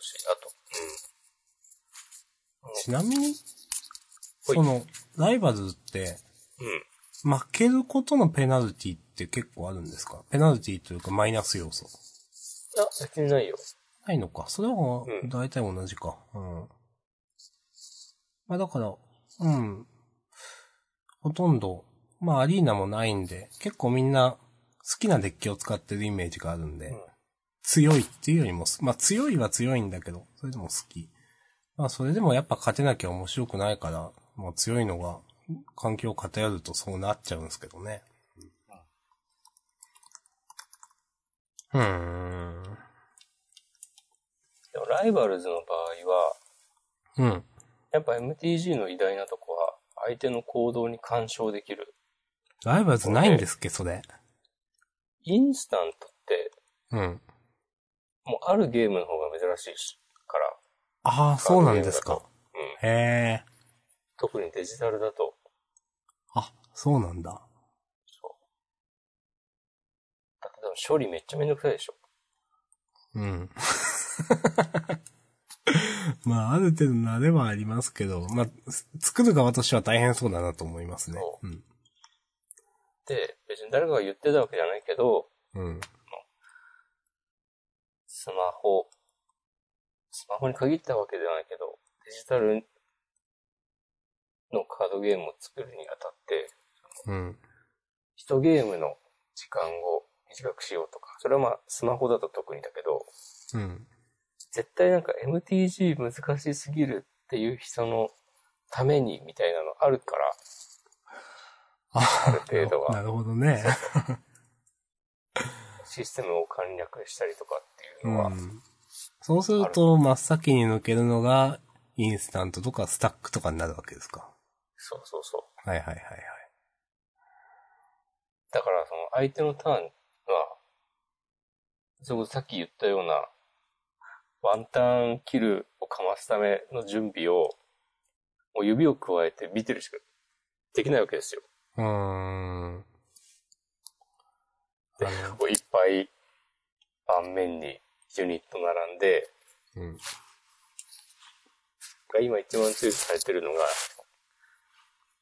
[SPEAKER 2] し、あと、
[SPEAKER 1] ちなみに、
[SPEAKER 2] ほい
[SPEAKER 1] その、ライバルズって、
[SPEAKER 2] うん。うん。
[SPEAKER 1] 負けることのペナルティって結構あるんですかペナルティというかマイナス要素。
[SPEAKER 2] あ、別にないよ。
[SPEAKER 1] ないのか。それは
[SPEAKER 2] う、ん
[SPEAKER 1] 大体同じか。うん。まあだから、うん。ほとんど、まあアリーナもないんで、結構みんな好きなデッキを使ってるイメージがあるんで、
[SPEAKER 2] うん
[SPEAKER 1] 強いっていうよりも、まあ強いは強いんだけど、それでも好き。まあそれでもやっぱ勝てなきゃ面白くないから、まあ強いのが、環境を偏るとそうなっちゃうんですけどね。うーん。
[SPEAKER 2] でもライバルズの場合は、
[SPEAKER 1] うん。
[SPEAKER 2] やっぱ MTG の偉大なとこは、相手の行動に干渉できる。
[SPEAKER 1] ライバルズないんですっけ、それ。
[SPEAKER 2] インスタントって、
[SPEAKER 1] うん。
[SPEAKER 2] もうあるゲームの方が珍しいし、から、
[SPEAKER 1] ああ、そうなんですか。
[SPEAKER 2] うん。
[SPEAKER 1] へえ。
[SPEAKER 2] 特にデジタルだと、
[SPEAKER 1] あ、そうなんだ。
[SPEAKER 2] だってでも処理めっちゃめんどくさいでしょ。
[SPEAKER 1] うん。 まあ、ある程度慣れはありますけど、まあ、す作る側としては大変そうだなと思いますね。
[SPEAKER 2] そう
[SPEAKER 1] うん。
[SPEAKER 2] で、別に誰かが言ってたわけじゃないけど、
[SPEAKER 1] うん。
[SPEAKER 2] スマホ、スマホに限ったわけではないけど、デジタルのカードゲームを作るにあたって、
[SPEAKER 1] うん。
[SPEAKER 2] 一ゲームの時間を短くしようとか、それはまあスマホだと特にだけど、
[SPEAKER 1] うん。
[SPEAKER 2] 絶対なんか MTG 難しすぎるっていう人のためにみたいなのあるから、
[SPEAKER 1] あ
[SPEAKER 2] る程度は
[SPEAKER 1] なるほどね。
[SPEAKER 2] システムを簡略したりとかって
[SPEAKER 1] う
[SPEAKER 2] いうのは、
[SPEAKER 1] ん。そうすると、真っ先に抜けるのが、インスタントとかスタックとかになるわけですか。
[SPEAKER 2] そうそうそう。
[SPEAKER 1] はいはいはいはい。
[SPEAKER 2] だからその相手のターンは、そこさっき言ったような、ワンターンキルをかますための準備を、もう指を加えて見てるしかできないわけですよ。
[SPEAKER 1] うーん。
[SPEAKER 2] で、こういっぱい盤面にユニット並んで、
[SPEAKER 1] うん。
[SPEAKER 2] が今一番注意されてるのが、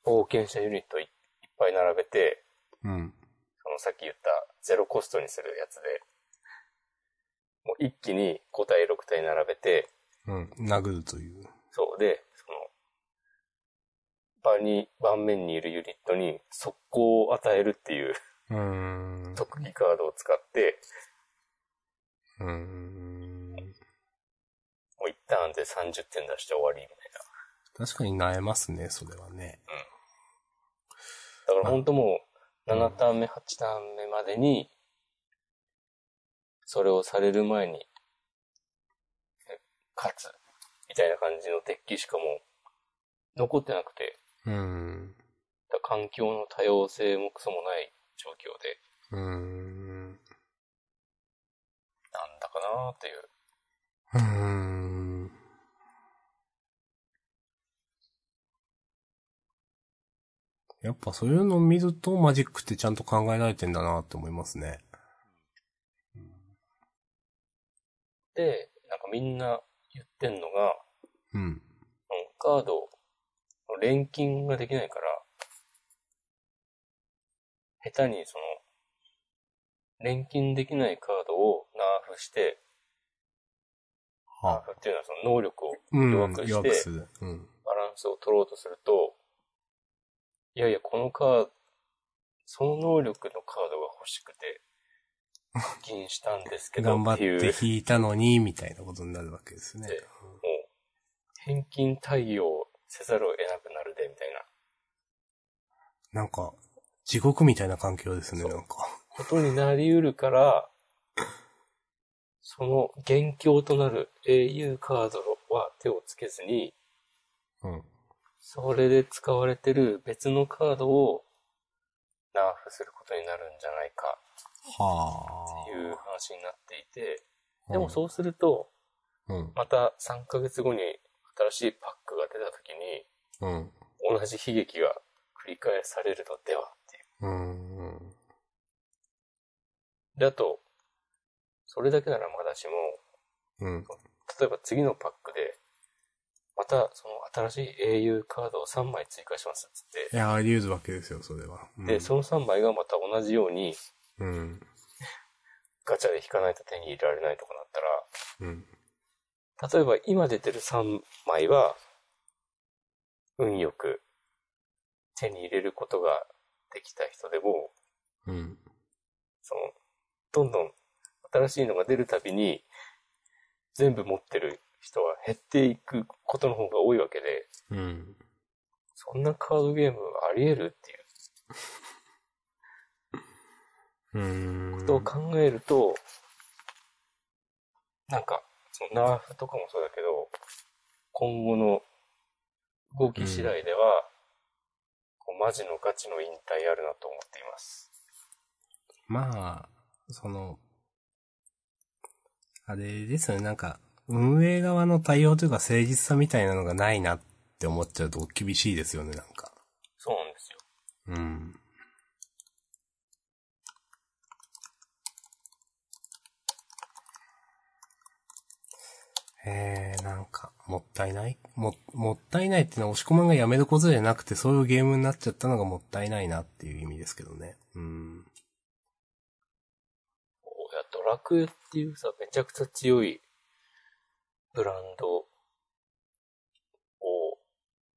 [SPEAKER 2] 冒険者ユニットいいっぱい並べて、
[SPEAKER 1] うん。
[SPEAKER 2] そのさっき言ったゼロコストにするやつで、もう一気に5体6体並べて、
[SPEAKER 1] うん。殴るという。
[SPEAKER 2] そうで、その、場に、盤面にいるユニットに速攻を与えるっていう
[SPEAKER 1] うーん。
[SPEAKER 2] 特技カードを使って、
[SPEAKER 1] うーん。
[SPEAKER 2] もう1ターンで30点出して終わりみたい
[SPEAKER 1] 確かに萎えますね、それはね。
[SPEAKER 2] な。だから本当もう、7ターン目、8ターン目までに、それをされる前に、え勝つ、みたいな感じのデッキしかもう、残ってなくて、
[SPEAKER 1] うーん。
[SPEAKER 2] だから環境の多様性もクソもない状況で、
[SPEAKER 1] うーん。
[SPEAKER 2] なんだかなーっていう。
[SPEAKER 1] うーん。やっぱそういうのを見るとマジックってちゃんと考えられてんだなって思いますね。
[SPEAKER 2] で、なんかみんな言ってんのが、
[SPEAKER 1] うん。
[SPEAKER 2] うんカードの錬金ができないから、下手にその、錬金できないカードをナーフして、ナー
[SPEAKER 1] あ、
[SPEAKER 2] フっていうのはその能力を
[SPEAKER 1] うん。
[SPEAKER 2] 弱くして
[SPEAKER 1] 弱くする。うん。
[SPEAKER 2] バランスを取ろうとすると、いやいや、このカード、その能力のカードが欲しく て、課金したんですけど
[SPEAKER 1] 頑張
[SPEAKER 2] っ
[SPEAKER 1] って
[SPEAKER 2] いう、
[SPEAKER 1] て引いたのに、みたいなことになるわけですね。
[SPEAKER 2] でもう、返金対応せざるを得なくなるで、みたいな
[SPEAKER 1] なんか、地獄みたいな環境ですね、
[SPEAKER 2] そう
[SPEAKER 1] なんか。
[SPEAKER 2] ことになり得るから、その元凶となる英雄カードは手をつけずに、
[SPEAKER 1] うん。
[SPEAKER 2] それで使われてる別のカードをナーフすることになるんじゃないか
[SPEAKER 1] は
[SPEAKER 2] っていう話になっていて、
[SPEAKER 1] あ。
[SPEAKER 2] でもそうすると、
[SPEAKER 1] うん。うん。
[SPEAKER 2] また3ヶ月後に新しいパックが出た時に、
[SPEAKER 1] うん。
[SPEAKER 2] 同じ悲劇が繰り返されるのではっていう。
[SPEAKER 1] うん。うん
[SPEAKER 2] で、あと、それだけならまだしも、
[SPEAKER 1] うん。
[SPEAKER 2] 例えば次のパックで、またその新しい英雄カードを3枚追加しますっつって、
[SPEAKER 1] いや、あり得るわけですよ、それは。うん
[SPEAKER 2] で、その3枚がまた同じように
[SPEAKER 1] うん。
[SPEAKER 2] ガチャで引かないと手に入れられないとかなった
[SPEAKER 1] うん。
[SPEAKER 2] ら、例えば今出てる3枚は、運よく手に入れることができた人でも、
[SPEAKER 1] うん。
[SPEAKER 2] その、どんどん新しいのが出るたびに、全部持ってる人は減っていくことの方が多いわけで、
[SPEAKER 1] うん。
[SPEAKER 2] そんなカードゲームあり得るっていう。
[SPEAKER 1] うーん。
[SPEAKER 2] ことを考えると、なんか、そのナーフとかもそうだけど、今後の動き次第では、こうマジのガチの引退あるなと思っています。
[SPEAKER 1] まあ、その、あれですよね、なんか、運営側の対応というか誠実さみたいなのがないなって思っちゃうと厳しいですよね、なんか。
[SPEAKER 2] そうなんですよ。
[SPEAKER 1] うん。えー、なんか、もったいないも、もったいないっていうのは、押し込まんがやめることじゃなくて、そういうゲームになっちゃったのがもったいないなっていう意味ですけどね。うん。
[SPEAKER 2] いや、ドラクエっていうさ、めちゃくちゃ強いブランドを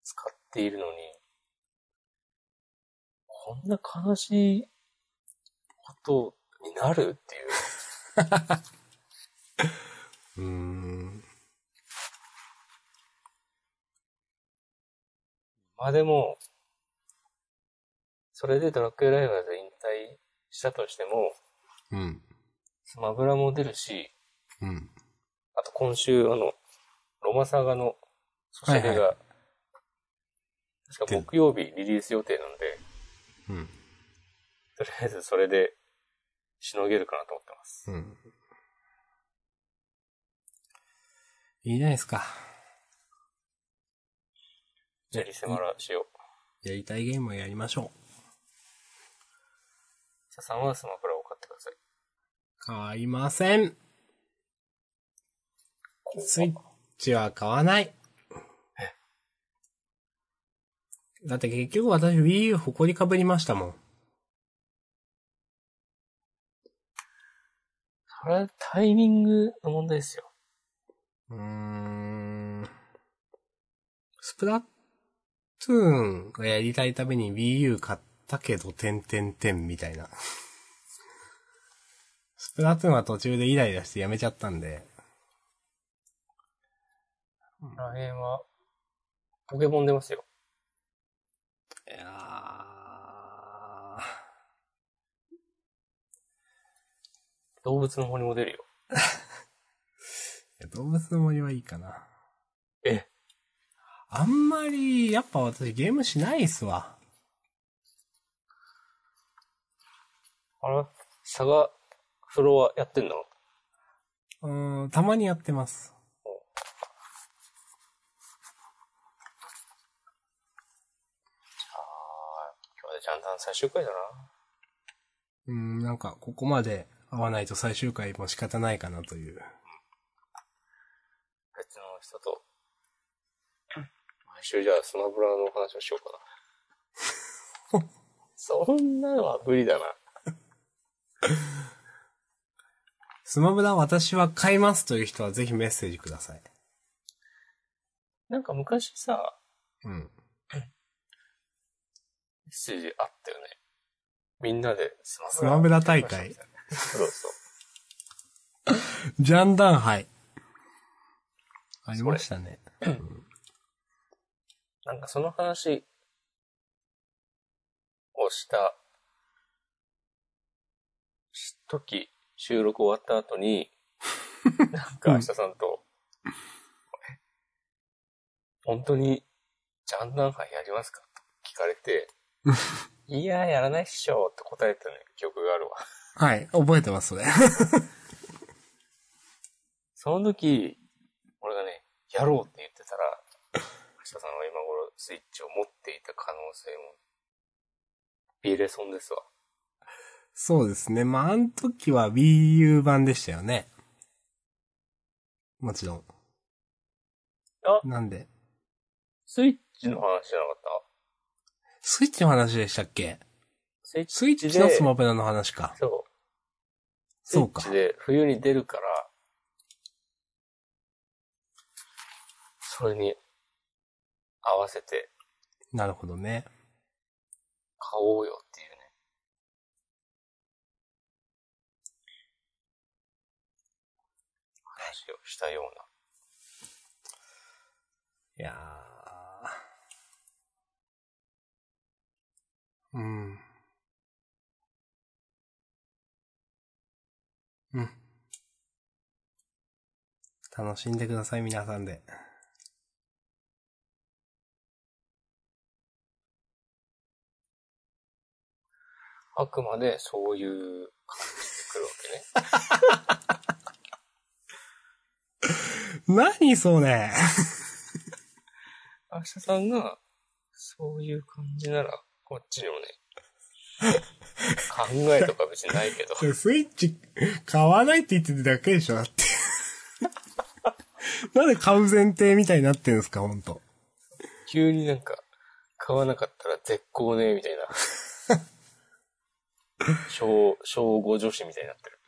[SPEAKER 2] 使っているのに、こんな悲しいことになるって
[SPEAKER 1] う
[SPEAKER 2] いう。
[SPEAKER 1] ーん。
[SPEAKER 2] まあでも、それでドラクエライバーズ引退したとしても、
[SPEAKER 1] うん。
[SPEAKER 2] スマブラも出るし、
[SPEAKER 1] うん。
[SPEAKER 2] あと今週、あの、ロマサガのソシャゲ
[SPEAKER 1] は
[SPEAKER 2] が、確か木曜日リリース予定なんで、
[SPEAKER 1] うん。
[SPEAKER 2] とりあえずそれで、しのげるかなと思ってます。
[SPEAKER 1] うん。いいじゃないですか。
[SPEAKER 2] じゃあ、リセマラしよう。
[SPEAKER 1] やりたいゲームをやりましょう。
[SPEAKER 2] ささんはスマブラを買ってください。
[SPEAKER 1] 買いません。スイッチは買わない。だって結局私 Wii U 誇りかぶりましたもん。
[SPEAKER 2] それはタイミングの問題ですよ。
[SPEAKER 1] うーん。スプラトゥーンがやりたいために Wii U 買ったけど、てんてんてんみたいな。スプラトゥーンは途中でイライラしてやめちゃったんで。
[SPEAKER 2] 来年は、ポケモン出ますよ。
[SPEAKER 1] いやー
[SPEAKER 2] 動物の森も出るよ。
[SPEAKER 1] いや動物の森はいいかな。
[SPEAKER 2] え
[SPEAKER 1] あんまり、やっぱ私ゲームしないっすわ。
[SPEAKER 2] あらサガフロアやってんの
[SPEAKER 1] うーん、たまにやってます。
[SPEAKER 2] 今日でジャンダン最終回だな。
[SPEAKER 1] うーん、なんか、ここまで会わないと最終回も仕方ないかなという。
[SPEAKER 2] 別の人と。毎週じゃあスマブラのお話をしようかな。 そんなのは無理だな。
[SPEAKER 1] スマブラ私は買いますという人はぜひメッセージください。
[SPEAKER 2] なんか昔さ、
[SPEAKER 1] うん。
[SPEAKER 2] メッセージあったよね。みんなでスマ
[SPEAKER 1] スマブラ大会。
[SPEAKER 2] そうそう。
[SPEAKER 1] ジャンダン杯。ありましたね。
[SPEAKER 2] なんかその話をした、し時、収録終わった後に、なんか明日さんと、え本当にジャンダン杯やりますかと聞かれて、いや、やらないっしょって答えたの記憶があるわ。
[SPEAKER 1] はい、覚えてます、それ。
[SPEAKER 2] その時、俺がね、やろうって言ってたら、 明日さんは今頃スイッチを持っていた可能性も、ビレソンですわ。
[SPEAKER 1] そうですね。まあ、あの時は Wii U 版でしたよね。もちろん。
[SPEAKER 2] あ
[SPEAKER 1] なんで。
[SPEAKER 2] スイッチの話じゃなかった
[SPEAKER 1] スイッチの話でしたっけ
[SPEAKER 2] スイッチ
[SPEAKER 1] スイッチのスマブラの話か。
[SPEAKER 2] そう。スイ
[SPEAKER 1] そうか
[SPEAKER 2] ッチ。で冬に出るから、それに合わせて
[SPEAKER 1] なるほどね。
[SPEAKER 2] 買おうよっていうね。話をしたような。
[SPEAKER 1] いやー。うん。うん。楽しんでください、皆さんで。
[SPEAKER 2] あくまでそういう感じで来るわけね。
[SPEAKER 1] 何それ
[SPEAKER 2] 明日さんが、そういう感じなら、こっちにもね、 考えとか別にないけど、
[SPEAKER 1] スイッチ買わないって言ってるだけでしょだって。なんで買う前提みたいになってんすか、ほんと。
[SPEAKER 2] 急になんか、買わなかったら絶好ね、みたい な。小、小5女子みたいになってる。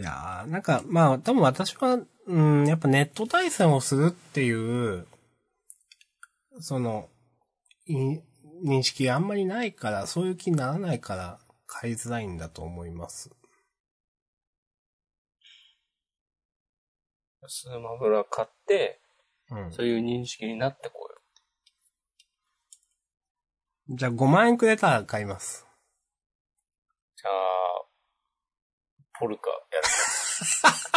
[SPEAKER 1] いやー、なんか、まあ、多分私は、うん、やっぱネット対戦をするっていう、その、い認識があんまりないから、そういう気にならないから、買いづらいんだと思います。
[SPEAKER 2] スマブラ買って、
[SPEAKER 1] うん。
[SPEAKER 2] そういう認識になってこうよ。
[SPEAKER 1] じゃあ5万円くれたら買います。
[SPEAKER 2] じゃあ、ポルカやる。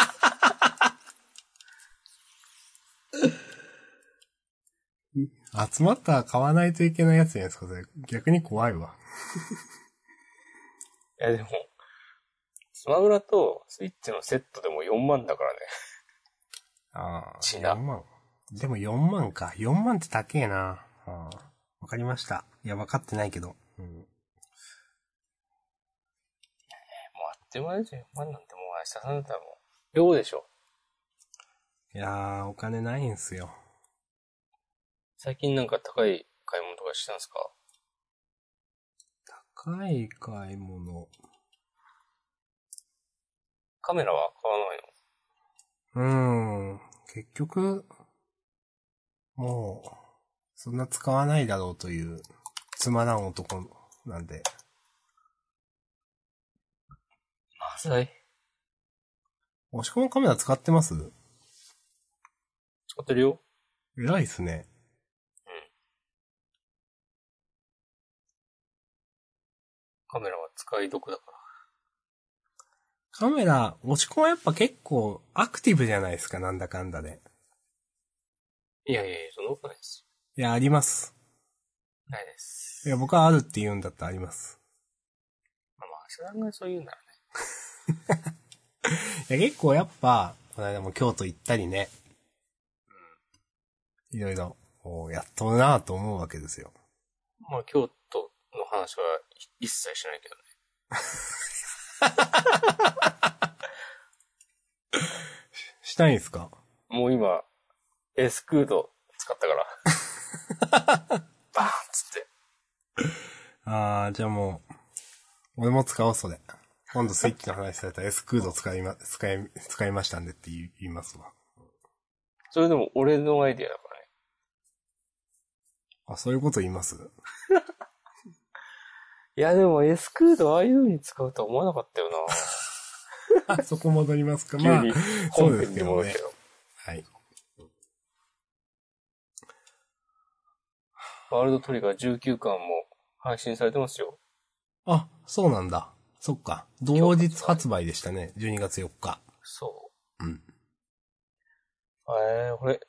[SPEAKER 1] 集まったら買わないといけないやつじゃないですか、それ。逆に怖いわ。
[SPEAKER 2] いやでも、スマブラとスイッチのセットでも4万だからね。
[SPEAKER 1] ああ。
[SPEAKER 2] 違う
[SPEAKER 1] 4万。でも4万か。4万って高えな。ああわかりました。いや、わかってないけど。うん。
[SPEAKER 2] もうあっという間ですよ。4万なんてもう明日さんだったらもう、量でしょ。
[SPEAKER 1] いやー、お金ないんすよ。
[SPEAKER 2] 最近なんか高い買い物とかしたんですか
[SPEAKER 1] 高い買い物。
[SPEAKER 2] カメラは買わない
[SPEAKER 1] うー
[SPEAKER 2] の
[SPEAKER 1] ん。結局、もう、そんな使わないだろうという、つまらん男なんで。
[SPEAKER 2] まずい。
[SPEAKER 1] 押し込むカメラ使ってます
[SPEAKER 2] 使ってるよ。
[SPEAKER 1] 偉いっすね。
[SPEAKER 2] カメラは使い得だから。
[SPEAKER 1] カメラ、押し込むはやっぱ結構アクティブじゃないですか、なんだかんだで。
[SPEAKER 2] いやいやいや、そんなことないです
[SPEAKER 1] いや、あります。
[SPEAKER 2] よ。ないで
[SPEAKER 1] い
[SPEAKER 2] す。
[SPEAKER 1] や、僕はあるって言うんだったらあります。
[SPEAKER 2] まあまあ、明日さんがそう言うならね。
[SPEAKER 1] いや、結構やっぱ、この間も京都行ったりね。いろいろ、おーやっとるなぁと思うわけですよ。
[SPEAKER 2] まあ、京都の話はい一切しないけどね。
[SPEAKER 1] したいんすか
[SPEAKER 2] もう今、エスクード使ったから。 バーンっつって。
[SPEAKER 1] あー、じゃあもう、俺も使おう、それ。今度スイッチの話されたら S クード使いま、使い、使いましたんでって言い言いますわ。
[SPEAKER 2] それでも俺のアイディアだからね。
[SPEAKER 1] あ、そういうこと言います
[SPEAKER 2] いや、でもエスクードああいう風に使うとは思わなかったよな。
[SPEAKER 1] あ、そこ戻りますか
[SPEAKER 2] 急
[SPEAKER 1] まあ
[SPEAKER 2] に、
[SPEAKER 1] そう
[SPEAKER 2] 本
[SPEAKER 1] です
[SPEAKER 2] 編
[SPEAKER 1] け
[SPEAKER 2] に
[SPEAKER 1] どね
[SPEAKER 2] 戻るけど。
[SPEAKER 1] はい。
[SPEAKER 2] ワールドトリガー19巻も配信されてますよ。
[SPEAKER 1] あ、そうなんだ。そっか。同日発売でしたね。12月4日。
[SPEAKER 2] そ
[SPEAKER 1] うん。
[SPEAKER 2] う。えー、俺、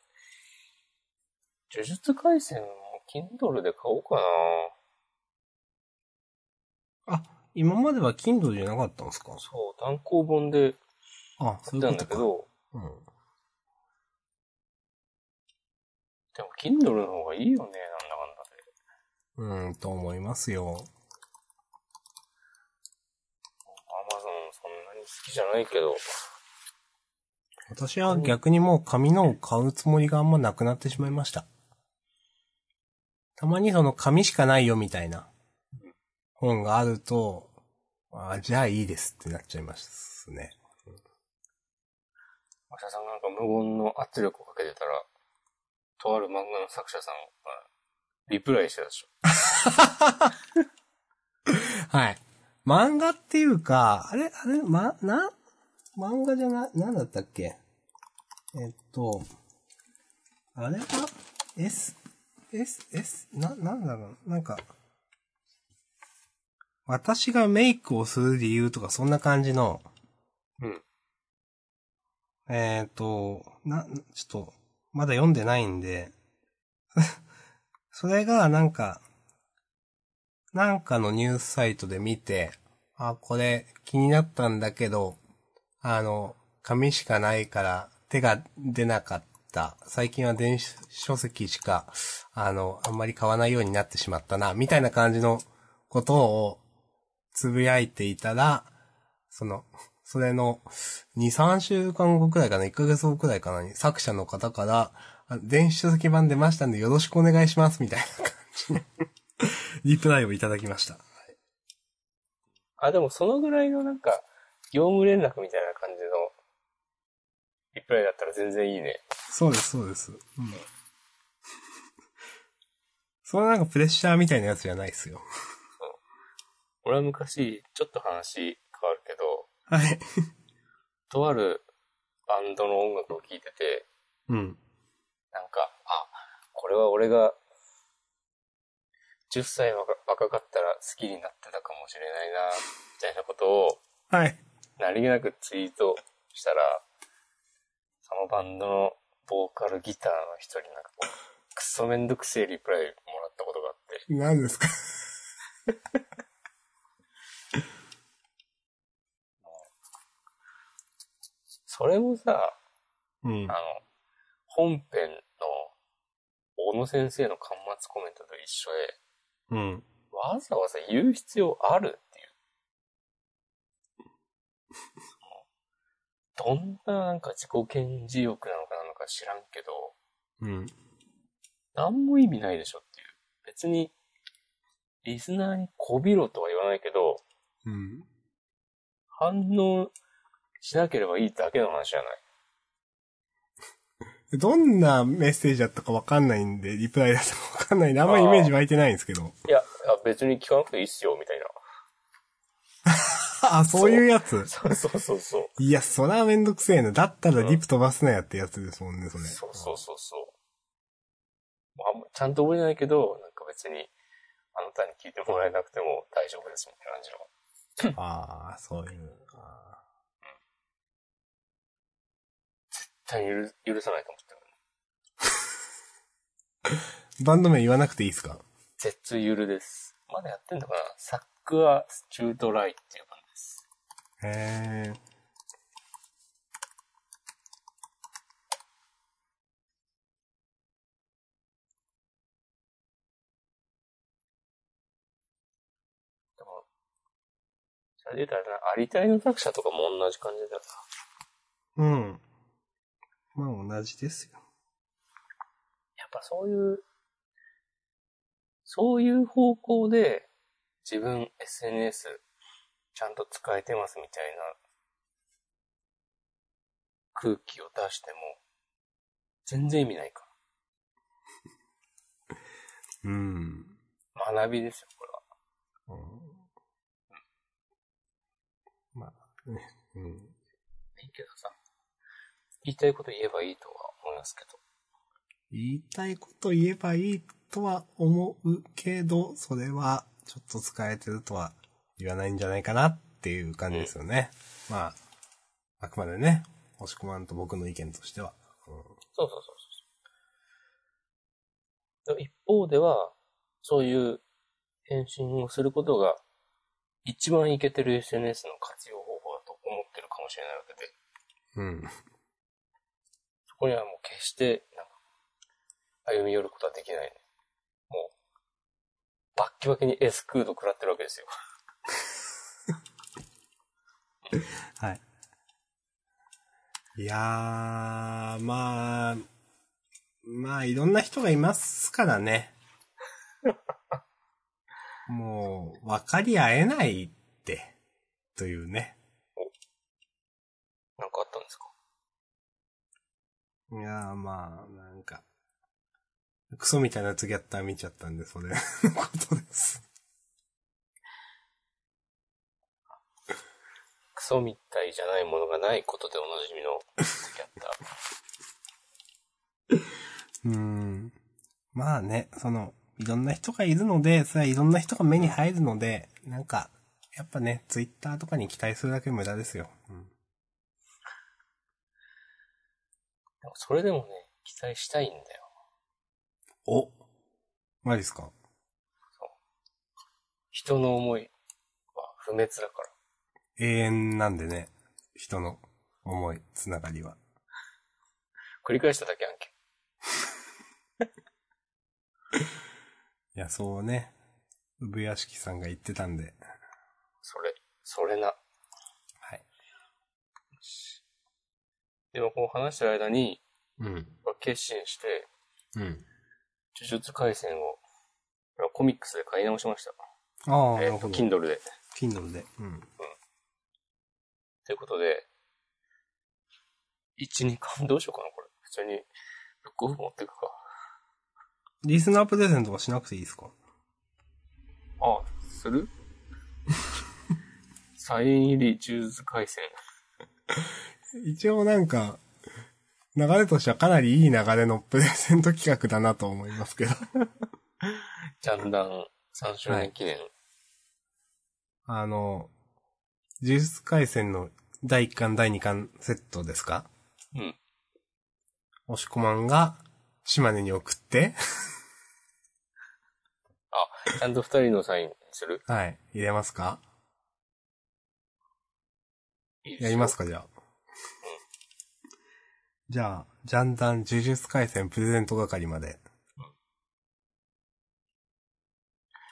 [SPEAKER 2] 呪術廻戦も Kindle で買おうかな。
[SPEAKER 1] あ、今までは Kindle じゃなかったんですか
[SPEAKER 2] そう、単行本で
[SPEAKER 1] あ、そ
[SPEAKER 2] 買
[SPEAKER 1] う
[SPEAKER 2] っ
[SPEAKER 1] いうこ
[SPEAKER 2] たんだ
[SPEAKER 1] と
[SPEAKER 2] け
[SPEAKER 1] か。
[SPEAKER 2] ど、
[SPEAKER 1] うん。
[SPEAKER 2] でも Kindle の方がいいよね、なんだかんだで。
[SPEAKER 1] うん、と思いますよ。
[SPEAKER 2] アマゾンそんなに好きじゃないけど、
[SPEAKER 1] 私は逆にもう紙のを買うつもりがあんまなくなってしまいました。たまにその紙しかないよみたいな本があると、あじゃあいいですってなっちゃいますね。
[SPEAKER 2] マシャさんがなんか無言の圧力をかけてたら、とある漫画の作者さんがリプライしてたでしょ。
[SPEAKER 1] はい。漫画っていうか、あれ、あれ、ま、な、漫画じゃな、なんだったっけえっと、あれは、S、S、S、な、なんだろう、なんか、私がメイクをする理由とかそんな感じの、
[SPEAKER 2] うん。
[SPEAKER 1] えっ、と、な、ちょっと、まだ読んでないんで、 それがなんか、なんかのニュースサイトで見て、あ、これ気になったんだけど、あの、紙しかないから手が出なかった。最近は電子書籍しか、あの、あんまり買わないようになってしまったな、みたいな感じのことをつぶやいていたら、その、それの、2、3週間後くらいかな、1ヶ月後くらいかなに、作者の方から、あ電子書籍版出ましたんでよろしくお願いします、みたいな 感じの、リプライをいただきました。
[SPEAKER 2] あ、でもそのぐらいのなんか、業務連絡みたいな感じの、リプライだったら全然いいね。
[SPEAKER 1] そうです、そうです。うん。それなんかプレッシャーみたいなやつじゃないですよ。
[SPEAKER 2] 俺は昔、ちょっと話変わるけど、
[SPEAKER 1] はい。
[SPEAKER 2] とあるバンドの音楽を聴いてて、
[SPEAKER 1] うん。
[SPEAKER 2] なんか、あ、これは俺が、10歳若若かったら好きになってたかもしれないな、みたいなことを、
[SPEAKER 1] はい。
[SPEAKER 2] 何気なくツイートしたら、そのバンドのボーカルギターの人になんかこう、クソめんどくせえリプライもらったことがあって、
[SPEAKER 1] 何ですか
[SPEAKER 2] それもさ、
[SPEAKER 1] うん
[SPEAKER 2] あの。、本編の小野先生の端末コメントと一緒で、
[SPEAKER 1] うん。
[SPEAKER 2] わざわざ言う必要あるっていう。 そのどんななんか自己顕示欲なのかなのか知らんけど、
[SPEAKER 1] うん。
[SPEAKER 2] 何も意味ないでしょっていう。別に、リスナーにこびろとは言わないけど、
[SPEAKER 1] うん。
[SPEAKER 2] 反応しなければいいだけの話じゃない。
[SPEAKER 1] どんなメッセージだったかわかんないんで、リプライだったかわかんないんで、あんまりイメージ湧いてないんですけど。
[SPEAKER 2] いや、あ別に聞かなくていいっすよ、みたいな。
[SPEAKER 1] あ、そういうやつ。
[SPEAKER 2] そうそうそうそう。
[SPEAKER 1] いや、そらめんどくせえな。だったらリプ飛ばすなやってやつですもんね、それ。
[SPEAKER 2] そうそうそうそう。まああんま、ちゃんと覚えてないけど、なんか別に、あなたに聞いてもらえなくても大丈夫です、みたいな感じの。
[SPEAKER 1] ああ、そういう。あ
[SPEAKER 2] 絶対許許さないと思ってる。
[SPEAKER 1] ーバンド名言わなくていいですか
[SPEAKER 2] 絶対ゆるです。まだやってんのかなサックはスチュートライっていう感じです。
[SPEAKER 1] へえ。
[SPEAKER 2] でも、それで言うたらな、ありたいの作者とかも同じ感じだ
[SPEAKER 1] う
[SPEAKER 2] よな。
[SPEAKER 1] ん。まあ、同じですよ。
[SPEAKER 2] やっぱそういう、そういう方向で、自分 SNS ちゃんと使えてますみたいな空気を出しても、全然意味ないか
[SPEAKER 1] うん。
[SPEAKER 2] ら。学びですよ、これは。
[SPEAKER 1] うんまあ、ね、うん。
[SPEAKER 2] いいけどさ。言いたいこと言えばいいとは思いますけど。
[SPEAKER 1] 言いたいこと言えばいいとは思うけど、それはちょっと使えてるとは言わないんじゃないかなっていう感じですよね。まあ、あくまでね、押し込まんと僕の意見としては。
[SPEAKER 2] そうそうそうそう。でも一方では、そういう返信をすることが、一番いけてる SNS の活用方法だと思ってるかもしれないわけで、
[SPEAKER 1] うん。うん。
[SPEAKER 2] そこにはもう決して、なんか、歩み寄ることはできないね。もう、バッキバキにエスクード食らってるわけですよ。
[SPEAKER 1] はい。いやー、まあ、まあ、いろんな人がいますからね。もう、分かり合えないって、というね。
[SPEAKER 2] なんかあったんですか
[SPEAKER 1] いやー、まあ、なんか、クソみたいなツギャッター見ちゃったんで、それ、のことです。
[SPEAKER 2] クソみたいじゃないものがないことでおなじみの、やった。
[SPEAKER 1] うーん。まあね、その、いろんな人がいるので、それはいろんな人が目に入るので、なんか、やっぱね、ツイッターとかに期待するだけ無駄ですよ。うん
[SPEAKER 2] でもそれでもね、期待したいんだよ。
[SPEAKER 1] お。マジですか
[SPEAKER 2] 人の思いは不滅だから。
[SPEAKER 1] 永遠なんでね。人の思い、つながりは。
[SPEAKER 2] 繰り返しただけやんけ。
[SPEAKER 1] いや、そうね。産屋敷さんが言ってたんで。
[SPEAKER 2] それ、それな。
[SPEAKER 1] はい。
[SPEAKER 2] でもこう話してる間に、
[SPEAKER 1] うん。
[SPEAKER 2] 決心して、
[SPEAKER 1] うん。
[SPEAKER 2] 呪術廻戦を、コミックスで買い直しました。
[SPEAKER 1] ああ、な
[SPEAKER 2] え
[SPEAKER 1] る
[SPEAKER 2] っと、
[SPEAKER 1] ほど。
[SPEAKER 2] Kindle で。
[SPEAKER 1] Kindle で。うん。
[SPEAKER 2] ということで、1、2巻どうしようかな、これ。普通に、ブックオフ持ってくか。
[SPEAKER 1] リスナープレゼントはしなくていいですか
[SPEAKER 2] ああ、す るサイン入り呪術廻戦。
[SPEAKER 1] 一応なんか、流れとしてはかなりいい流れのプレゼント企画だなと思いますけど。
[SPEAKER 2] ジャンダン3周年記念。
[SPEAKER 1] あの、呪術回戦の第1巻第2巻セットですか
[SPEAKER 2] うん。
[SPEAKER 1] 押し込まんが島根に送って、
[SPEAKER 2] ちゃんと2人のサインする
[SPEAKER 1] はい、入れますか
[SPEAKER 2] いいですよ
[SPEAKER 1] やりますかじゃあ。じゃあ、ジャンダン呪術回戦プレゼント係まで。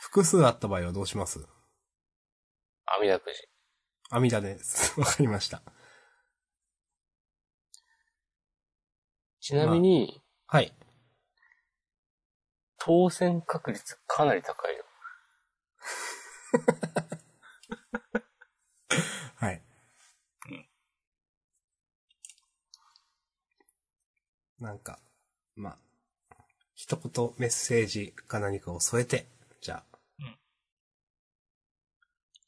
[SPEAKER 1] 複数あった場合はどうします
[SPEAKER 2] 網だくじ。
[SPEAKER 1] 網田です。わかりました。
[SPEAKER 2] ちなみに、
[SPEAKER 1] はい。
[SPEAKER 2] 当選確率かなり高いよ。
[SPEAKER 1] はい。なんか、まあ、一言メッセージか何かを添えて、じゃあ。
[SPEAKER 2] うん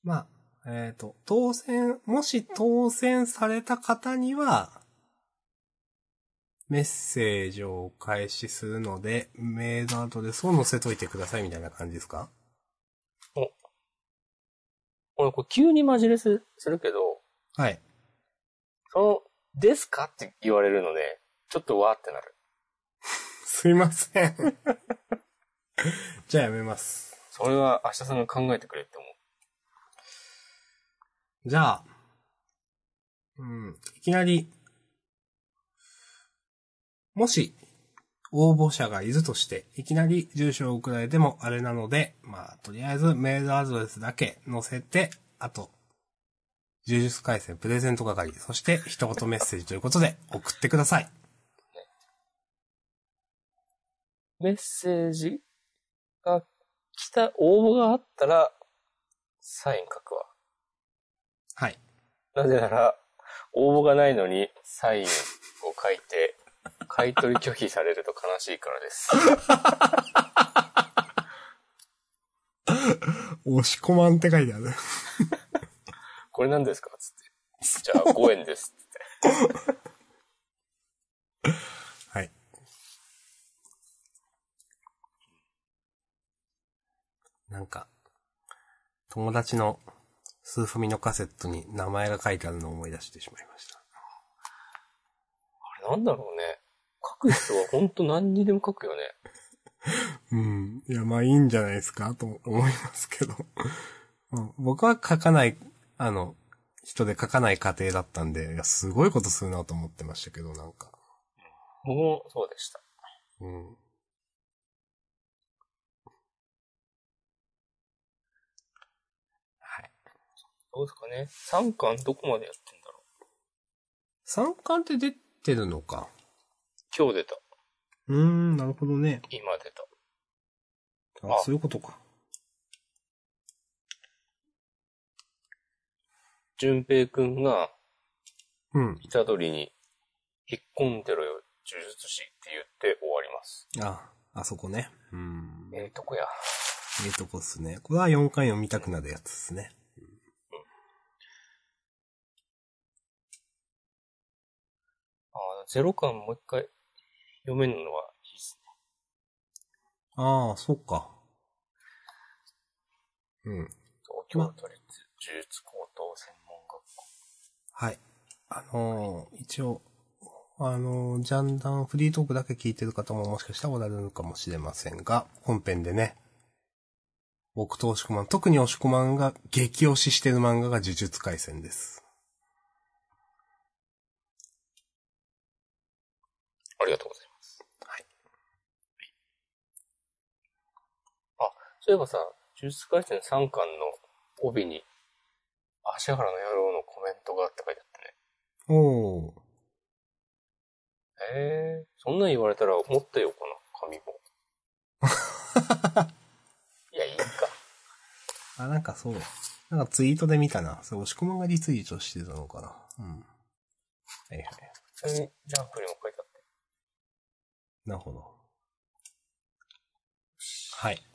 [SPEAKER 1] まあ、えっ、と、当選、もし当選された方には、メッセージをお返しするので、メールアドレスを載せといてくださいみたいな感じですか
[SPEAKER 2] 俺、これ急にマジレスするけど、
[SPEAKER 1] はい。
[SPEAKER 2] その、ですかって言われるので、ちょっとわーってなる。
[SPEAKER 1] すいません。じゃあやめます。
[SPEAKER 2] それは明日さんが考えてくれって思う。
[SPEAKER 1] じゃあ、うん、いきなり、もし、応募者がいるとして、いきなり住所を送られてもあれなので、まあ、とりあえずメールアドレスだけ載せて、あと、呪術回戦プレゼント係、そして一言メッセージということで送ってください。
[SPEAKER 2] メッセージが来た、応募があったら、サイン書くわ。
[SPEAKER 1] はい。
[SPEAKER 2] なぜなら、応募がないのにサインを書いて、買い取り拒否されると悲しいからです。
[SPEAKER 1] 押し込まんって書いてある。
[SPEAKER 2] これ何ですかつって。じゃあ5円です。
[SPEAKER 1] はい。なんか、友達のスーファミのカセットに名前が書いてあるのを思い出してしまいました。
[SPEAKER 2] あれなんだろうね。書く人は本当何にでも書くよね。
[SPEAKER 1] うん。いや、まあいいんじゃないですかと思いますけど。 うん僕は書かない、あの、人で書かない家庭だったんで、いや、すごいことするなと思ってましたけど、なんか。
[SPEAKER 2] 僕もそうでした。
[SPEAKER 1] うん。はい。
[SPEAKER 2] どうですかね。3巻どこまでやってんだろう。
[SPEAKER 1] 三冠って出てるのか。
[SPEAKER 2] 今日出た。
[SPEAKER 1] うーん、なるほどね。
[SPEAKER 2] 今出た。
[SPEAKER 1] あ
[SPEAKER 2] あ
[SPEAKER 1] そういうことか。
[SPEAKER 2] 淳平くんが、
[SPEAKER 1] うん。
[SPEAKER 2] イタドリに、引っ込んでろよ、呪術師って言って終わります。
[SPEAKER 1] あ、あそこね。うん。え
[SPEAKER 2] ええとこや。
[SPEAKER 1] えとこっすね。これは4回読みたくなるやつですね。
[SPEAKER 2] ああ、ゼロ巻もう一回読めるのはいいですね。
[SPEAKER 1] ああ、そっか。うん。
[SPEAKER 2] 東京都立呪術高等専門学校。
[SPEAKER 1] はい。あのー一応、あのージャンダンフリートークだけ聞いてる方ももしかしたらおられるかもしれませんが、本編でね、僕と押し込まん、特に押し込まんが激推ししてる漫画が呪術廻戦です。
[SPEAKER 2] ありがとうございます。
[SPEAKER 1] はい。
[SPEAKER 2] あ、そういえばさ、呪術廻戦3巻の帯に、足原の野郎のコメントがあって書いてあったね。
[SPEAKER 1] おー。
[SPEAKER 2] え。そんなん言われたら持ってようかな、 紙も。いや、いいか。
[SPEAKER 1] あ、なんかそう。なんかツイートで見たな。それ、押し込まんがリツイートしてたのかな。うん。はいはい。
[SPEAKER 2] 普通にジャンプにも書いてあって。
[SPEAKER 1] なるほど。はい。
[SPEAKER 2] 終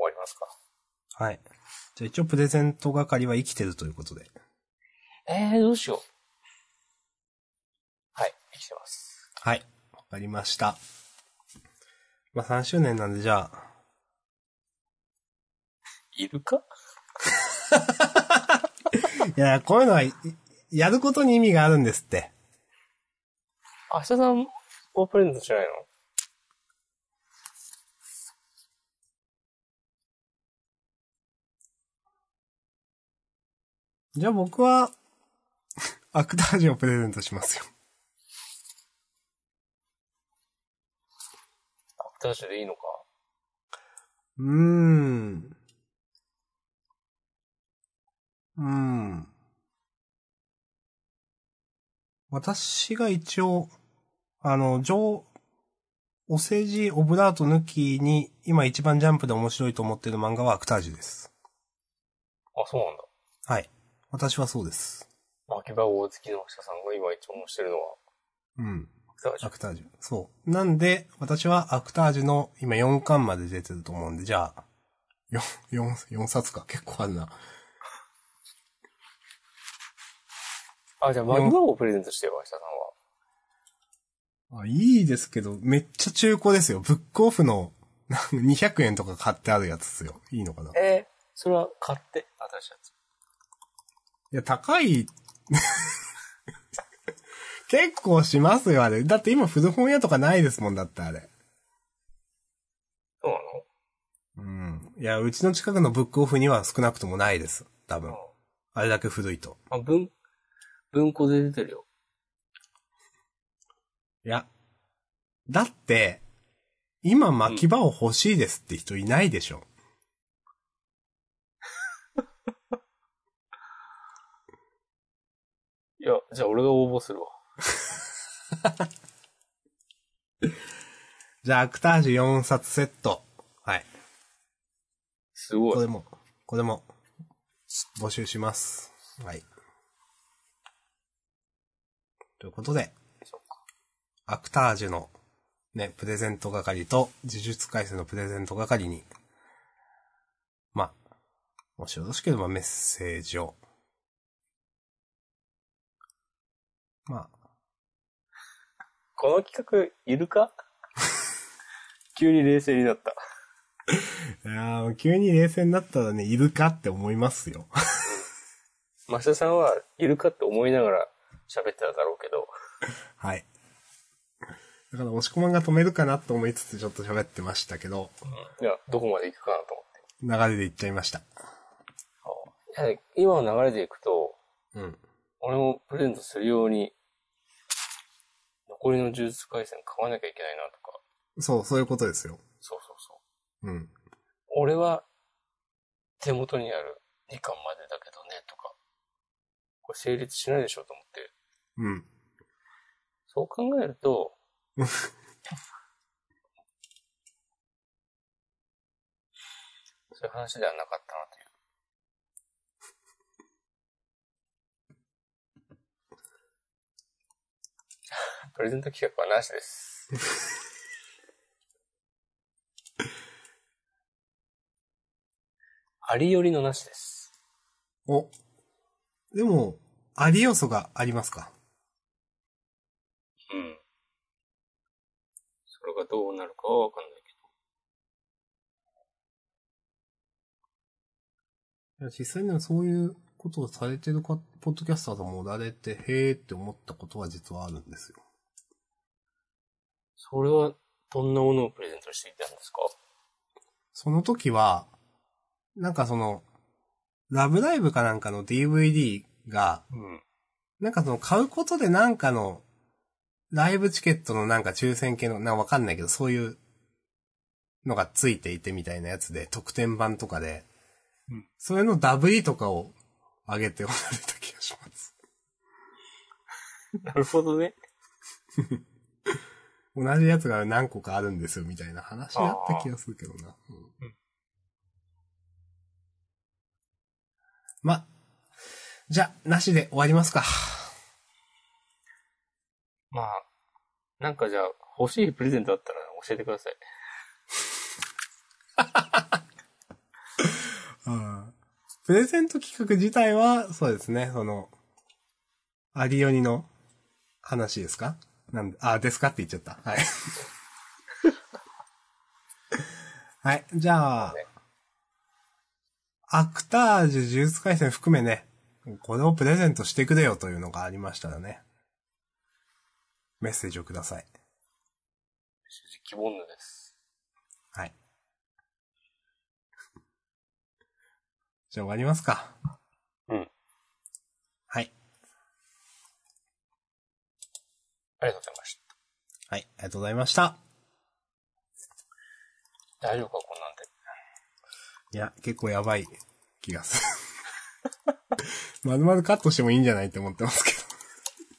[SPEAKER 2] わりますか。
[SPEAKER 1] はい。じゃあ一応プレゼント係は生きてるということで。
[SPEAKER 2] えー、どうしよう。はい、生きてます。
[SPEAKER 1] はい。わかりました。まあ3周年なんでじゃあ、
[SPEAKER 2] いるか
[SPEAKER 1] いや、こういうのは、いやることに意味があるんですって。
[SPEAKER 2] 明日さん、オープレントじゃないの
[SPEAKER 1] じゃあ僕は、アクタージュをプレゼントしますよ。
[SPEAKER 2] アクターシュでいいのか
[SPEAKER 1] うーん。うーん。私が一応、あの、上、お世辞オブラート抜きに、今一番ジャンプで面白いと思ってる漫画はアクタージュです。
[SPEAKER 2] あ、そうなんだ。
[SPEAKER 1] はい。私はそうです。
[SPEAKER 2] 巻き場大月の明日さんが今一番推してるのは、
[SPEAKER 1] うん。
[SPEAKER 2] アクターシ
[SPEAKER 1] ア
[SPEAKER 2] ュ。
[SPEAKER 1] クタージュ。そう。なんで、私はアクタージュの今4巻まで出てると思うんで、じゃあ、4、四4冊か。結構あるな。
[SPEAKER 2] あ、じゃあ巻き場をプレゼントしてよ、明日さんは。
[SPEAKER 1] あ、いいですけど、めっちゃ中古ですよ。ブックオフの、なんか200円とか買ってあるやつですよ。いいのかない
[SPEAKER 2] えー、それは買って、新しいやつ。
[SPEAKER 1] や、高い。 結構しますよ、あれ。だって今古本屋とかないですもんだって、あれ。
[SPEAKER 2] そうなの
[SPEAKER 1] うん。いや、うちの近くのブックオフには少なくともないです。多分。あれだけ古いと。
[SPEAKER 2] あ、文、文庫で出てるよ。
[SPEAKER 1] いや。だって、今巻き場を欲しいですって人いないでしょ。
[SPEAKER 2] いや、じゃあ俺が応募するわ。
[SPEAKER 1] じゃあ、アクタージュ4冊セット。はい。
[SPEAKER 2] すご
[SPEAKER 1] こ
[SPEAKER 2] い。
[SPEAKER 1] れも、これも、募集します。はい。ということで、アクタージュの、ね、プレゼント係と、呪術改正のプレゼント係に、まあ、もしよろしければメッセージを。まあ、
[SPEAKER 2] この企画、いるか 急に冷静になった。
[SPEAKER 1] いやー急に冷静になったらね、いるかって思いますよ。
[SPEAKER 2] マサさんはいるかって思いながら喋ってただろうけど、
[SPEAKER 1] はい。だから、押し込まんが止めるかなと思いつつちょっと喋ってましたけど、
[SPEAKER 2] いや、どこまで行くかなと
[SPEAKER 1] 流れでいっちゃいました。
[SPEAKER 2] 思って。いや今の流れで行くと、
[SPEAKER 1] うん。
[SPEAKER 2] 俺もプレゼントするように、残りの呪術回戦買わなきゃいけないなとか。
[SPEAKER 1] そう、そういうことですよ。
[SPEAKER 2] そうそうそう。
[SPEAKER 1] うん。
[SPEAKER 2] 俺は、手元にある2巻までだけどね、とか。これ成立しないでしょと思って。
[SPEAKER 1] うん。
[SPEAKER 2] そう考える と、そういう話ではなかったなという。 プレゼント企画はなし です。ありよりのなしです。
[SPEAKER 1] お。でも、あり要素がありますか
[SPEAKER 2] うん。それがどうなるかはわかんないけ
[SPEAKER 1] いや、実際にはそういうことをされてるか、ポッドキャスターさんもおられて、へーって思ったことは実はあるんですよ。
[SPEAKER 2] ど。それは、どんなものをプレゼントしていたんですか
[SPEAKER 1] その時は、なんかその、ラブライブかなんかの DVD が、
[SPEAKER 2] うん。
[SPEAKER 1] なんかその買うことでなんかの、ライブチケットのなんか抽選系の、なんかわかんないけど、そういうのがついていてみたいなやつで、特典版とかで、
[SPEAKER 2] うん
[SPEAKER 1] それのダブリとかを上げておられた気がします。
[SPEAKER 2] なるほどね。
[SPEAKER 1] 同じやつが何個かあるんですよ、みたいな話あった気がするけどな。うん
[SPEAKER 2] うん
[SPEAKER 1] ま、じゃあ、なしで終わりますか。
[SPEAKER 2] まあ、なんかじゃあ、欲しいプレゼントあったら教えてください。
[SPEAKER 1] うんプレゼント企画自体は、そうですね、その、アリオニの話ですかなんで、あ、ですかって言っちゃった。はい。 はい、じゃあ、アクタージュ呪術回戦含めね、これをプレゼントしてくれよというのがありましたらね、メッセージをください。
[SPEAKER 2] 希望のです。
[SPEAKER 1] はい。 じゃあ終わりますか。
[SPEAKER 2] うん。
[SPEAKER 1] はい。
[SPEAKER 2] ありがとうございまし
[SPEAKER 1] はい、ありがとうございました。
[SPEAKER 2] た。大丈夫かこんなんで。
[SPEAKER 1] いや、結構やばい気がする。ま るまるカットしてもいいんじゃないって思ってますけ
[SPEAKER 2] い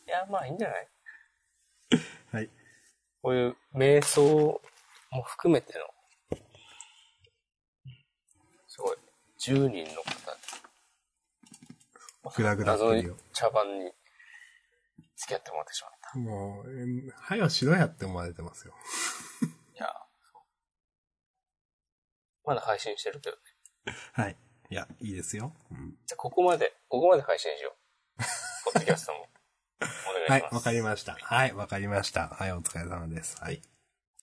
[SPEAKER 2] や、まあいいんじゃない
[SPEAKER 1] ど。 はい。
[SPEAKER 2] こういう瞑想も含めての、すごい、10人の方
[SPEAKER 1] グラグラ
[SPEAKER 2] 謎
[SPEAKER 1] してる
[SPEAKER 2] に
[SPEAKER 1] よ
[SPEAKER 2] 茶番に付き合ってもらってしまった。
[SPEAKER 1] もう、えんはよしろやって思われてますよ。
[SPEAKER 2] いや、そうまだ配信してるけどね。
[SPEAKER 1] はい。いや、いいですよ。うん、
[SPEAKER 2] じゃあここまで、ここまで配信しよ う。ポッドキャストも。お願いし
[SPEAKER 1] は
[SPEAKER 2] ます
[SPEAKER 1] い。、わかりました。はい、わかりました。はい、お疲れ様です。はい。